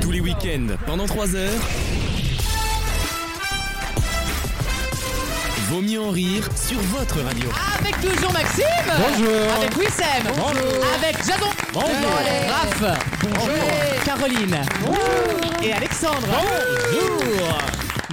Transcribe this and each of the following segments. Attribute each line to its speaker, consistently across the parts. Speaker 1: Tous les week-ends, pendant 3 heures. Vaut mieux en rire sur votre radio.
Speaker 2: Avec toujours Maxime
Speaker 3: Bonjour.
Speaker 2: Avec Wissem
Speaker 3: Bonjour.
Speaker 2: Avec Jason
Speaker 3: Bonjour.
Speaker 2: Raph Caroline Et Alexandre
Speaker 3: Bonjour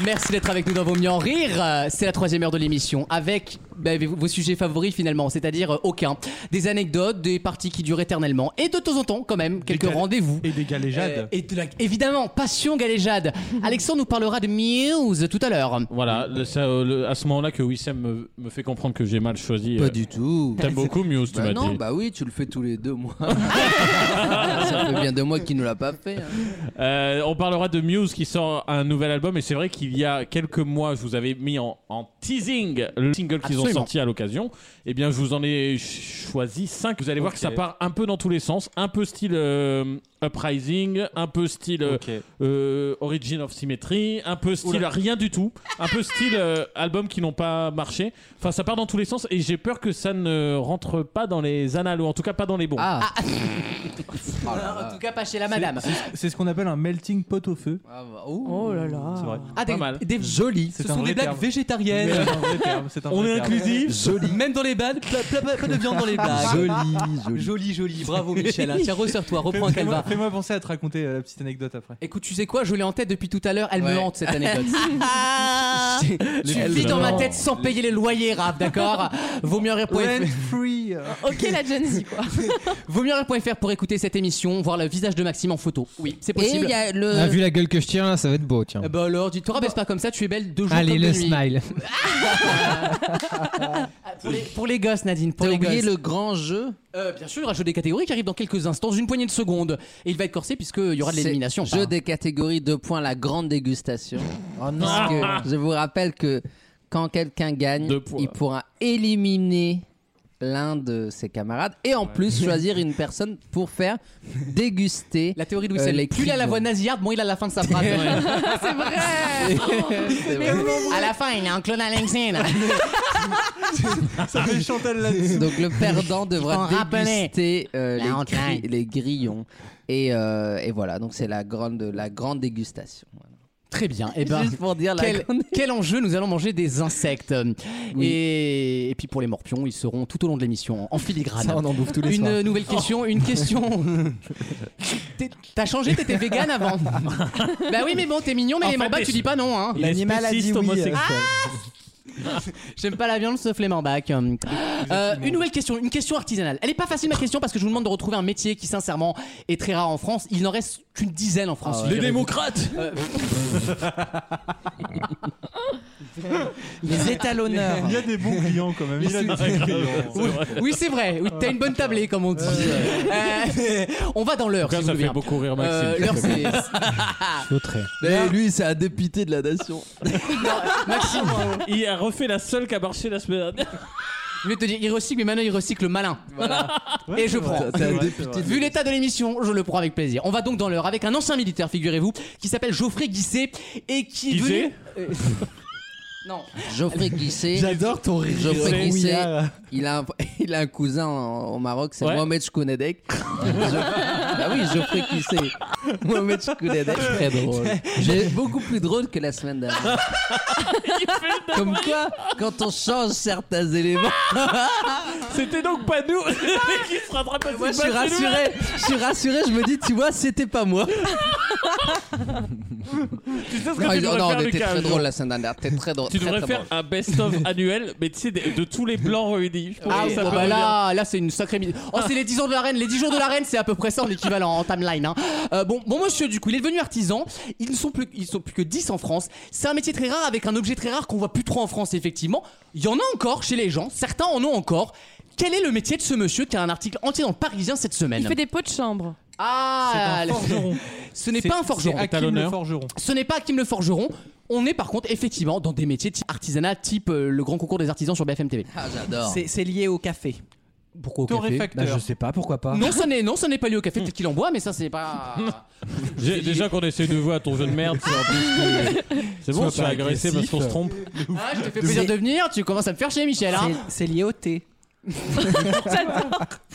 Speaker 2: Merci d'être avec nous dans Vos Mieux en Rire. Euh, C'est la troisième heure de l'émission avec bah, vos, vos sujets favoris finalement, c'est-à-dire euh, aucun. Des anecdotes, des parties qui durent éternellement et de temps en temps quand même quelques
Speaker 3: gal-
Speaker 2: rendez-vous.
Speaker 3: Et des galéjades.
Speaker 2: Euh, et de la- évidemment, passion galéjade. Alexandre nous parlera de Muse tout à l'heure.
Speaker 4: Voilà, le- c'est euh, le- à ce moment-là que Wissem me, me fait comprendre que j'ai mal choisi. euh,
Speaker 5: Pas du tout.
Speaker 4: T'aimes beaucoup Muse, tu
Speaker 5: Bah
Speaker 4: m'as
Speaker 5: non,
Speaker 4: dit.
Speaker 5: bah oui, tu le fais tous les deux mois. ça fait bien deux mois qu'il ne l'a pas fait. hein.
Speaker 4: Euh, on parlera de Muse qui sort un nouvel album et c'est vrai qu'il y a quelques mois, je vous avais mis en, en teasing le single qu'ils ont
Speaker 2: Absolument.
Speaker 4: sorti à l'occasion. Eh bien, je vous en ai ch- choisi 5. Vous allez voir que ça part un peu dans tous les sens, un peu style euh, Uprising, un peu style euh,
Speaker 3: Ok.
Speaker 4: euh, Origin of Symmetry, un peu style rien du tout, un peu style euh, album qui n'ont pas marché. Enfin, ça part dans tous les sens et j'ai peur que ça ne rentre pas dans les annales ou en tout cas pas dans les bons.
Speaker 5: Ah, Oh
Speaker 2: Ah, en tout cas, pas chez la madame.
Speaker 3: C'est ce qu'on appelle un melting pot au feu.
Speaker 5: Ah bah, ouh.
Speaker 2: Oh là là.
Speaker 3: C'est vrai.
Speaker 2: Ah, des,
Speaker 4: Pas mal.
Speaker 2: des jolies.
Speaker 3: C'est
Speaker 2: Ce
Speaker 3: un
Speaker 2: sont
Speaker 3: vrai
Speaker 2: des blagues
Speaker 3: terme.
Speaker 2: végétariennes.
Speaker 3: C'est un vrai terme, c'est un
Speaker 4: On
Speaker 3: vrai
Speaker 4: est
Speaker 3: terme.
Speaker 4: inclusif.
Speaker 2: Même dans les blagues, pla- pla- pas de viande dans les blagues.
Speaker 5: Joli, joli.
Speaker 2: Joli, joli. Bravo, Michel. hein. Tiens, resserre-toi, reprends un
Speaker 3: Fais-moi
Speaker 2: calva.
Speaker 3: fais-moi penser à te raconter euh, la petite anecdote après.
Speaker 2: Écoute, tu sais quoi, je l'ai en tête depuis tout à l'heure, elle me
Speaker 5: Ouais.
Speaker 2: hante cette anecdote. tu vis dans ma tête sans payer les loyers, Raph, d'accord Vaut mieux rire.fr.
Speaker 3: Rent free. euh,
Speaker 6: Ok, la Gen Z, quoi.
Speaker 2: Vaut mieux rire.fr pour écouter cette émission, voir le visage de Maxime en photo. Oui, c'est
Speaker 5: Et
Speaker 2: possible.
Speaker 5: il y a le.
Speaker 7: Ah, vu la gueule que je tiens, là, ça va être beau, tiens.
Speaker 2: Euh, Bah alors, tu te rabaisse pas comme ça, tu es belle deux jours
Speaker 7: Ah, Allez,
Speaker 2: comme de
Speaker 7: le
Speaker 2: nuit.
Speaker 7: smile.
Speaker 2: Pour les, pour les gosses, Nadine, pour
Speaker 5: T'as
Speaker 2: les
Speaker 5: oublié
Speaker 2: gosses.
Speaker 5: le grand jeu
Speaker 2: Euh, bien sûr, il y aura le jeu des catégories qui arrive dans quelques instants, une poignée de secondes. Et il va être corsé puisqu'il y aura de
Speaker 5: C'est
Speaker 2: l'élimination.
Speaker 5: Jeu
Speaker 2: Enfin,
Speaker 5: des catégories de points, la grande dégustation.
Speaker 2: Oh
Speaker 5: Parce que je vous rappelle que quand quelqu'un gagne,
Speaker 4: Deux points.
Speaker 5: il pourra éliminer l'un de ses camarades et en plus choisir une personne pour faire déguster.
Speaker 2: La théorie de
Speaker 5: Euh,
Speaker 2: Wissem.
Speaker 5: les
Speaker 2: plus il a la
Speaker 5: crises.
Speaker 2: voix nasillarde, moins il a la fin de sa phrase.
Speaker 6: C'est vrai.
Speaker 5: C'est vrai.
Speaker 2: À la fin, il a un clone à LinkedIn.
Speaker 3: Ça fait Chantal là-dessus.
Speaker 5: Donc le perdant
Speaker 2: Faut en
Speaker 5: devra
Speaker 2: rappeler.
Speaker 5: déguster euh,
Speaker 2: La
Speaker 5: les,
Speaker 2: hotline.
Speaker 5: gri- les grillons. Et, euh, et voilà, donc c'est la grande, la grande dégustation.
Speaker 2: Très bien. Et ben,
Speaker 5: Juste pour dire la
Speaker 2: quel,
Speaker 5: grande-
Speaker 2: quel enjeu nous allons manger des insectes. Et, et puis pour les morpions, ils seront tout au long de l'émission en filigrane.
Speaker 7: Ça, on en bouffe tous les
Speaker 2: une
Speaker 7: soirs.
Speaker 2: nouvelle question, une question. T'es- T'as changé, t'étais vegan avant. bah oui, mais bon, t'es mignon, mais
Speaker 4: En
Speaker 2: les
Speaker 4: fait,
Speaker 2: mambas,
Speaker 4: t'es-
Speaker 2: tu dis pas non. Hein.
Speaker 4: Il est spéciste homosexuel.
Speaker 5: euh.
Speaker 2: J'aime pas la viande sauf les
Speaker 4: Ah,
Speaker 2: mambacs. Euh, une nouvelle question, une question artisanale. Elle est pas facile ma question parce que je vous demande de retrouver un métier qui sincèrement est très rare en France. Il n'en reste qu'une dizaine en France.
Speaker 4: Ah Les
Speaker 2: figurez-vous.
Speaker 4: démocrates
Speaker 2: Euh, Les étalonneurs.
Speaker 3: Il y a des bons clients quand même. Il y a des bons clients.
Speaker 2: Oui, oui, c'est vrai. Oui, T'as une bonne tablée comme on dit. Euh, on va dans l'heure.
Speaker 4: Ça,
Speaker 2: si vous
Speaker 4: ça
Speaker 2: voulez
Speaker 4: fait
Speaker 2: bien.
Speaker 4: beaucoup rire
Speaker 2: Euh,
Speaker 4: Maxime.
Speaker 2: l'heure, c'est-
Speaker 5: Mais lui, c'est un dépité de la nation.
Speaker 4: Il a refait la seule qui a marché la semaine dernière.
Speaker 2: Je vais te dire, il recycle, mais maintenant il recycle le malin. Et je prends.
Speaker 5: T'as un député
Speaker 2: Vu l'état de l'émission, je le prends avec plaisir. On va donc dans l'heure avec un ancien militaire, figurez-vous, qui s'appelle Geoffrey Guisset et qui est
Speaker 4: Guisset
Speaker 2: venu. Euh, Non.
Speaker 5: de- Geoffrey Guisset.
Speaker 7: J'adore ton rire.
Speaker 5: Geoffrey
Speaker 4: Guisset.
Speaker 5: Guisset, il a, un, il a un cousin en- au Maroc, c'est
Speaker 4: ah. Ouais.
Speaker 5: Mohamed Chkounédek. bah oui, Geoffrey Guisset. Mohamed Chkounédek, très drôle. J'ai beaucoup plus drôle que la semaine dernière. Comme quoi, quand on change certains éléments,
Speaker 4: Ah, C'était donc pas nous qui se rattrape à
Speaker 5: moi je suis rassuré, je suis rassuré, je me dis, tu vois, c'était pas moi.
Speaker 4: Tu sais ce que
Speaker 5: Non,
Speaker 4: tu devrais
Speaker 5: il- Ah, non,
Speaker 4: faire,
Speaker 5: on était
Speaker 4: Lucas,
Speaker 5: très
Speaker 4: un jour
Speaker 5: drôle la semaine dernière, t'es très drôle.
Speaker 4: Tu
Speaker 5: très,
Speaker 4: devrais
Speaker 5: très
Speaker 4: faire
Speaker 5: drôle.
Speaker 4: un best-of annuel, mais tu sais, de, de tous les blancs réunis. Je pense
Speaker 2: Ah,
Speaker 4: que ça
Speaker 2: bon,
Speaker 4: peut hein.
Speaker 2: bah
Speaker 4: revenir.
Speaker 2: là, là c'est une sacrée. mi- Oh, c'est les 10 ans de la reine. Les 10 jours de la reine, c'est à peu près ça en équivalent en timeline. hein. Euh, bon, bon, monsieur, du coup, il est devenu artisan. Ils ne sont plus, ils sont plus que 10 en France. C'est un métier très rare avec un objet très rare qu'on voit plus trop en France, effectivement. Il y en a encore chez les gens. Certains en ont encore. Quel est le métier de ce monsieur qui a un article entier dans le Parisien cette semaine
Speaker 6: Il fait des pots de chambre.
Speaker 2: Ah,
Speaker 3: C'est un forgeron.
Speaker 2: ce n'est pas un forgeron.
Speaker 3: C'est Hakim le
Speaker 4: Talonneur.
Speaker 3: forgeron.
Speaker 2: Ce n'est pas Hakim le forgeron. On est par contre effectivement dans des métiers type artisanat, type euh, le grand concours des artisans sur BFM TV.
Speaker 5: Ah, j'adore.
Speaker 2: C'est- C'est lié au café. Pourquoi au
Speaker 7: Bah, je
Speaker 3: Torréfacteur.
Speaker 7: sais pas, pourquoi pas.
Speaker 2: Non, ça n'est non, ça n'est pas lié au café. Peut-être qu'il en boit, mais ça c'est pas.
Speaker 4: J'ai- Déjà qu'on essaie de voir à ton jeu de merde, c'est en plus que- C'est bon,
Speaker 7: Sois
Speaker 4: on se fait
Speaker 7: pas
Speaker 4: agresser parce
Speaker 7: agressif.
Speaker 4: qu'on se trompe.
Speaker 2: Ah, je te fais plaisir de venir. Tu commences à me faire chier, Michel. hein.
Speaker 5: C'est lié au thé.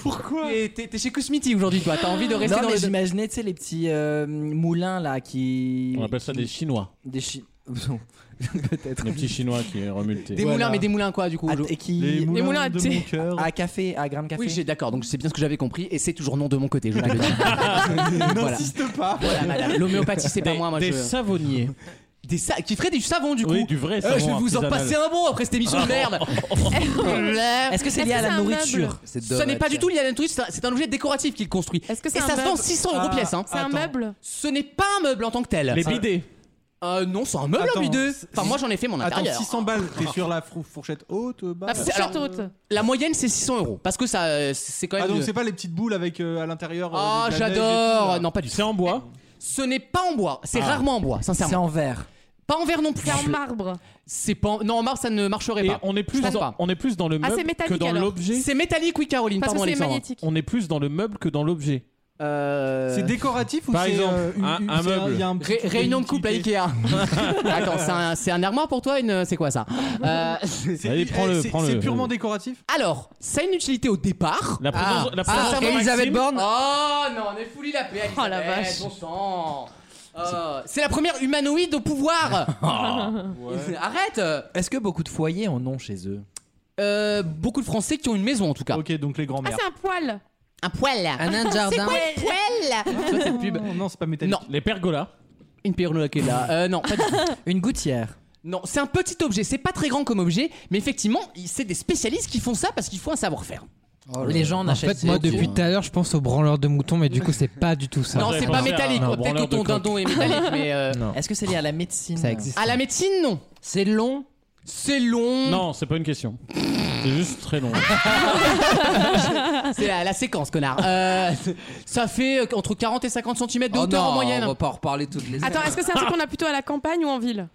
Speaker 3: Pourquoi
Speaker 2: T'es- T'es t'es chez Cosmiti aujourd'hui, toi. T'as envie de rester
Speaker 8: Non,
Speaker 2: dans
Speaker 8: mais
Speaker 2: les
Speaker 8: j'imaginais, tu sais, les petits euh, moulins là qui.
Speaker 4: On appelle ça des Chinois.
Speaker 8: Des chi- Peut-être.
Speaker 4: Les petits Chinois qui remuent le thé.
Speaker 2: Des
Speaker 8: Voilà.
Speaker 2: moulins, mais des moulins quoi, du coup
Speaker 8: Ah,
Speaker 2: je-
Speaker 8: et qui.
Speaker 3: Les moulins,
Speaker 6: moulins à
Speaker 3: de
Speaker 6: thé.
Speaker 3: mon cœur.
Speaker 5: Ah,
Speaker 8: À café, à gramme café.
Speaker 2: Oui, j'ai d'accord, donc c'est bien ce que j'avais compris, et c'est toujours non de mon côté, je te le dis. Voilà.
Speaker 3: N'insiste pas.
Speaker 2: Voilà, madame. L'homéopathie, c'est pas
Speaker 4: Des,
Speaker 2: moi, moi
Speaker 4: des
Speaker 2: je.
Speaker 4: savonniers.
Speaker 2: Des sa- Qui ferait du savon du coup
Speaker 4: Oui, du vrai
Speaker 2: Euh,
Speaker 4: savon.
Speaker 2: Je vais vous en
Speaker 4: artisanal.
Speaker 2: passer un bon après cette émission de merde
Speaker 8: Est-ce que c'est
Speaker 6: Est-ce
Speaker 8: lié à
Speaker 6: que c'est
Speaker 8: la
Speaker 6: un meuble
Speaker 8: nourriture
Speaker 5: C'est
Speaker 2: Ça n'est
Speaker 5: dommage.
Speaker 2: pas du tout lié à la nourriture, c'est un- c'est un objet décoratif qu'il construit.
Speaker 6: Est-ce que
Speaker 2: Et
Speaker 6: c'est un
Speaker 2: ça se vend
Speaker 6: meuble
Speaker 2: 600 euros
Speaker 3: Ah.
Speaker 2: pièce. hein.
Speaker 6: C'est un
Speaker 3: Attends.
Speaker 6: meuble
Speaker 2: Ce n'est pas un meuble en tant que tel.
Speaker 4: Les bidets.
Speaker 2: Euh, non, c'est un meuble en
Speaker 3: Attends,
Speaker 2: bideux.
Speaker 3: c'est-
Speaker 2: Enfin, moi j'en ai fait mon
Speaker 3: Attends,
Speaker 2: intérieur.
Speaker 3: 600 balles, t'es sur la frou- fourchette haute, euh,
Speaker 2: Ah,
Speaker 3: basse
Speaker 2: c'est- alors,
Speaker 6: Château haute.
Speaker 2: La moyenne c'est 600 euros. Parce que ça, euh, c'est quand même.
Speaker 3: Ah, donc
Speaker 2: de-
Speaker 3: c'est pas les petites boules avec euh, à l'intérieur. euh,
Speaker 2: Ah,
Speaker 3: de la neige et tout, là.
Speaker 2: j'adore Non, pas du tout.
Speaker 4: C'est en bois.
Speaker 2: Ce n'est pas en bois, c'est
Speaker 4: Ah.
Speaker 2: rarement en bois,
Speaker 8: C'est
Speaker 2: sincèrement.
Speaker 8: en verre.
Speaker 2: Pas en verre non plus.
Speaker 6: C'est en marbre.
Speaker 2: C'est pas en- Non, en marbre ça ne marcherait
Speaker 4: Et
Speaker 2: pas.
Speaker 4: on est plus
Speaker 2: Je pense
Speaker 4: dans,
Speaker 2: pas.
Speaker 4: on est plus dans le
Speaker 6: Ah,
Speaker 4: meuble
Speaker 6: c'est
Speaker 4: que
Speaker 6: métallique,
Speaker 4: dans
Speaker 6: alors.
Speaker 4: l'objet.
Speaker 2: C'est métallique, oui, Caroline,
Speaker 6: Parce que
Speaker 2: pardon,
Speaker 6: c'est
Speaker 2: Alexandre.
Speaker 6: magnétique.
Speaker 4: On est plus dans le meuble que dans l'objet.
Speaker 2: Euh,
Speaker 3: C'est décoratif ou
Speaker 4: Par
Speaker 3: c'est,
Speaker 4: exemple,
Speaker 3: euh, une-
Speaker 4: un-
Speaker 3: une-
Speaker 4: un
Speaker 3: c'est
Speaker 4: meuble.
Speaker 3: il y a un
Speaker 2: Ré-
Speaker 3: petit-
Speaker 2: réunion de couple à
Speaker 3: une-
Speaker 2: Ikea. Attends, c'est un, c'est un armoire pour toi une... C'est quoi ça Euh,
Speaker 3: C'est,
Speaker 4: Allez,
Speaker 3: eh,
Speaker 4: prends-le,
Speaker 3: c'est-
Speaker 4: prends-le.
Speaker 3: c'est purement décoratif.
Speaker 2: Alors, ça a une utilité au départ.
Speaker 4: La
Speaker 5: Ah,
Speaker 4: présence, la
Speaker 5: ah,
Speaker 4: présence de Maxime-
Speaker 5: Elisabeth Borne
Speaker 2: Oh non, on est fouli la paix.
Speaker 6: Oh, la
Speaker 2: Elisabeth,
Speaker 6: vache.
Speaker 2: Bon sang. Euh, c'est la première humanoïde au pouvoir. Arrête.
Speaker 8: Est-ce que beaucoup de foyers en ont chez eux
Speaker 2: Euh, beaucoup de Français qui ont une maison en tout cas.
Speaker 3: Ok, donc les
Speaker 6: Ah,
Speaker 3: grands-mères.
Speaker 6: c'est un poil.
Speaker 2: Un poêle.
Speaker 5: Un nain de jardin
Speaker 2: Toi, cette pub.
Speaker 3: Non, non, c'est pas métallique.
Speaker 2: Non.
Speaker 4: Les pergolas.
Speaker 2: Une pernola qui est là. Euh, non, pas du tout.
Speaker 8: Une gouttière.
Speaker 2: non, c'est un petit objet. C'est pas très grand comme objet, mais effectivement, il- c'est des spécialistes qui font ça parce qu'il faut un savoir-faire.
Speaker 5: Oh
Speaker 8: Les gens en
Speaker 7: En
Speaker 8: achètent.
Speaker 7: fait, moi,
Speaker 8: c'est
Speaker 7: depuis
Speaker 8: ok.
Speaker 7: tout à l'heure, je pense aux branleurs de moutons, mais du coup, c'est pas du tout ça.
Speaker 2: Non,
Speaker 4: j'avais
Speaker 2: c'est pas
Speaker 4: pensé à
Speaker 2: métallique.
Speaker 4: un
Speaker 2: quoi. Peut-être
Speaker 4: branleur
Speaker 2: que
Speaker 4: de
Speaker 2: ton
Speaker 4: coq.
Speaker 2: dindon est métallique, mais euh,
Speaker 7: Non.
Speaker 8: Est-ce que c'est lié à la médecine
Speaker 7: Ça existe.
Speaker 2: à la médecine, non.
Speaker 8: C'est long.
Speaker 2: C'est long.
Speaker 4: Non, c'est pas une question. C'est juste très long.
Speaker 2: C'est la, la séquence, connard. Euh, ça fait euh, entre 40 et 50 cm de
Speaker 5: Oh
Speaker 2: hauteur
Speaker 5: non,
Speaker 2: en moyenne.
Speaker 5: on va pas en reparler toutes les
Speaker 6: Attends, est-ce que c'est un truc qu'on a plutôt à la campagne ou en ville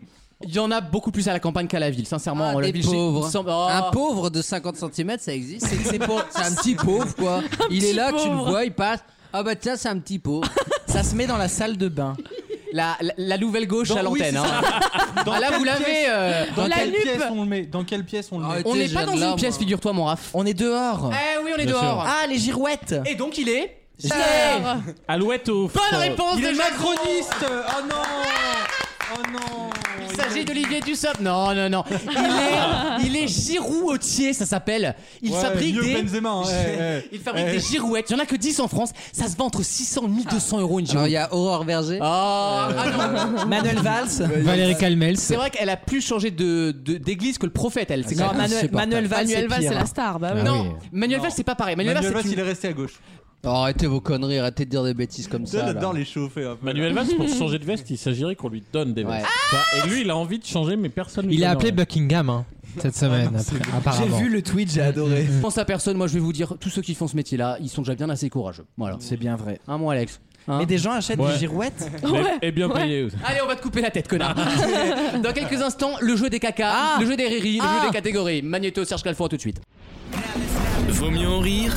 Speaker 2: Il y en a beaucoup plus à la campagne qu'à la ville, sincèrement.
Speaker 5: Ah,
Speaker 2: la
Speaker 5: les
Speaker 2: ville, j'ai-
Speaker 5: pauvres.
Speaker 2: il me semble- oh.
Speaker 5: Un pauvre de 50 cm, ça existe. C'est, c'est pour- c'est un petit pauvre, quoi. Il est
Speaker 6: petit
Speaker 5: là, tu le
Speaker 6: pauvre.
Speaker 5: vois, il passe. Ah bah tiens, c'est un petit pauvre.
Speaker 8: Ça se met dans la salle de bain.
Speaker 2: la, la- la nouvelle gauche
Speaker 3: Dans-
Speaker 2: à l'antenne.
Speaker 3: oui, c'est
Speaker 2: hein.
Speaker 3: Dans
Speaker 2: Ah, là, vous l'avez. euh,
Speaker 3: Dans
Speaker 6: La
Speaker 3: quelle
Speaker 6: nupe.
Speaker 3: pièce on le met Dans quelle pièce on le met
Speaker 5: Arrête.
Speaker 2: on
Speaker 5: T'es
Speaker 2: n'est pas
Speaker 5: jeune
Speaker 2: dans
Speaker 5: là,
Speaker 2: une pièce,
Speaker 5: moi.
Speaker 2: figure-toi, mon Raph.
Speaker 8: On est dehors.
Speaker 2: Eh oui, on est
Speaker 4: Bien
Speaker 2: dehors.
Speaker 4: sûr.
Speaker 8: Ah, les girouettes.
Speaker 2: Et donc, il est.
Speaker 6: J'adore.
Speaker 4: Bah, Alouette au
Speaker 2: Bonne
Speaker 4: fort.
Speaker 2: réponse
Speaker 3: Il
Speaker 2: de
Speaker 3: est
Speaker 2: Jacques
Speaker 3: macroniste Oh non Oh non
Speaker 2: Il s'agit d'Olivier Dussopt. Non, non, non. Il est, il est girouetier, ça s'appelle. Il
Speaker 3: Ouais,
Speaker 2: fabrique
Speaker 3: vieux
Speaker 2: des.
Speaker 3: Benzema, hein, eh, eh.
Speaker 2: Il fabrique
Speaker 3: Eh.
Speaker 2: des girouettes. Il n'y en a que 10 en France. Ça se vend entre 600 et 1200 euros une
Speaker 5: Alors
Speaker 2: girouette.
Speaker 5: il y a Aurore Verger.
Speaker 2: Oh, ah non.
Speaker 8: Manuel Valls.
Speaker 7: Valérie Calmels.
Speaker 2: C'est vrai qu'elle a plus changé de- de- d'église que le prophète, elle. C'est
Speaker 8: Non,
Speaker 2: grave.
Speaker 8: Manuel, Manuel Valls,
Speaker 6: Manuel Valls,
Speaker 8: pire.
Speaker 6: c'est la star. Bah, oui.
Speaker 7: Ah
Speaker 2: Non, Manuel
Speaker 3: Non.
Speaker 2: Valls, c'est pas pareil. Manuel,
Speaker 3: Manuel Valls,
Speaker 2: Valls, c'est
Speaker 3: il
Speaker 2: une-
Speaker 3: est resté à gauche.
Speaker 5: Oh, arrêtez vos conneries, arrêtez de dire des bêtises comme
Speaker 3: Ça,
Speaker 5: ça.
Speaker 3: j'adore
Speaker 5: là.
Speaker 3: les chauffer un peu.
Speaker 4: Manuel Valls, pour changer de veste, il s'agirait qu'on lui donne des vestes.
Speaker 5: Ouais.
Speaker 4: Enfin, et lui, il a envie de changer, mais personne lui
Speaker 7: Il a
Speaker 4: donne
Speaker 7: appelé
Speaker 4: rien.
Speaker 7: Buckingham hein, cette semaine, après- apparemment.
Speaker 8: le tweet,
Speaker 3: Mm,
Speaker 8: j'ai adoré.
Speaker 2: Je pense à personne, moi je vais vous dire, tous ceux qui font ce métier-là, ils sont déjà bien assez courageux. Voilà.
Speaker 8: C'est bien vrai.
Speaker 2: Hein, moi, Alex Hein
Speaker 8: Mais des gens achètent
Speaker 4: Ouais.
Speaker 8: des girouettes.
Speaker 4: Mais-
Speaker 6: Ouais.
Speaker 4: Et bien payé. aussi.
Speaker 2: Allez, on va te couper la tête, connard. Dans quelques instants, le jeu des cacas,
Speaker 8: Ah
Speaker 2: le jeu des riris, le
Speaker 8: Ah
Speaker 2: jeu des catégories. Magneto, Serge Calfour, à tout de suite.
Speaker 1: Vaut mieux en rire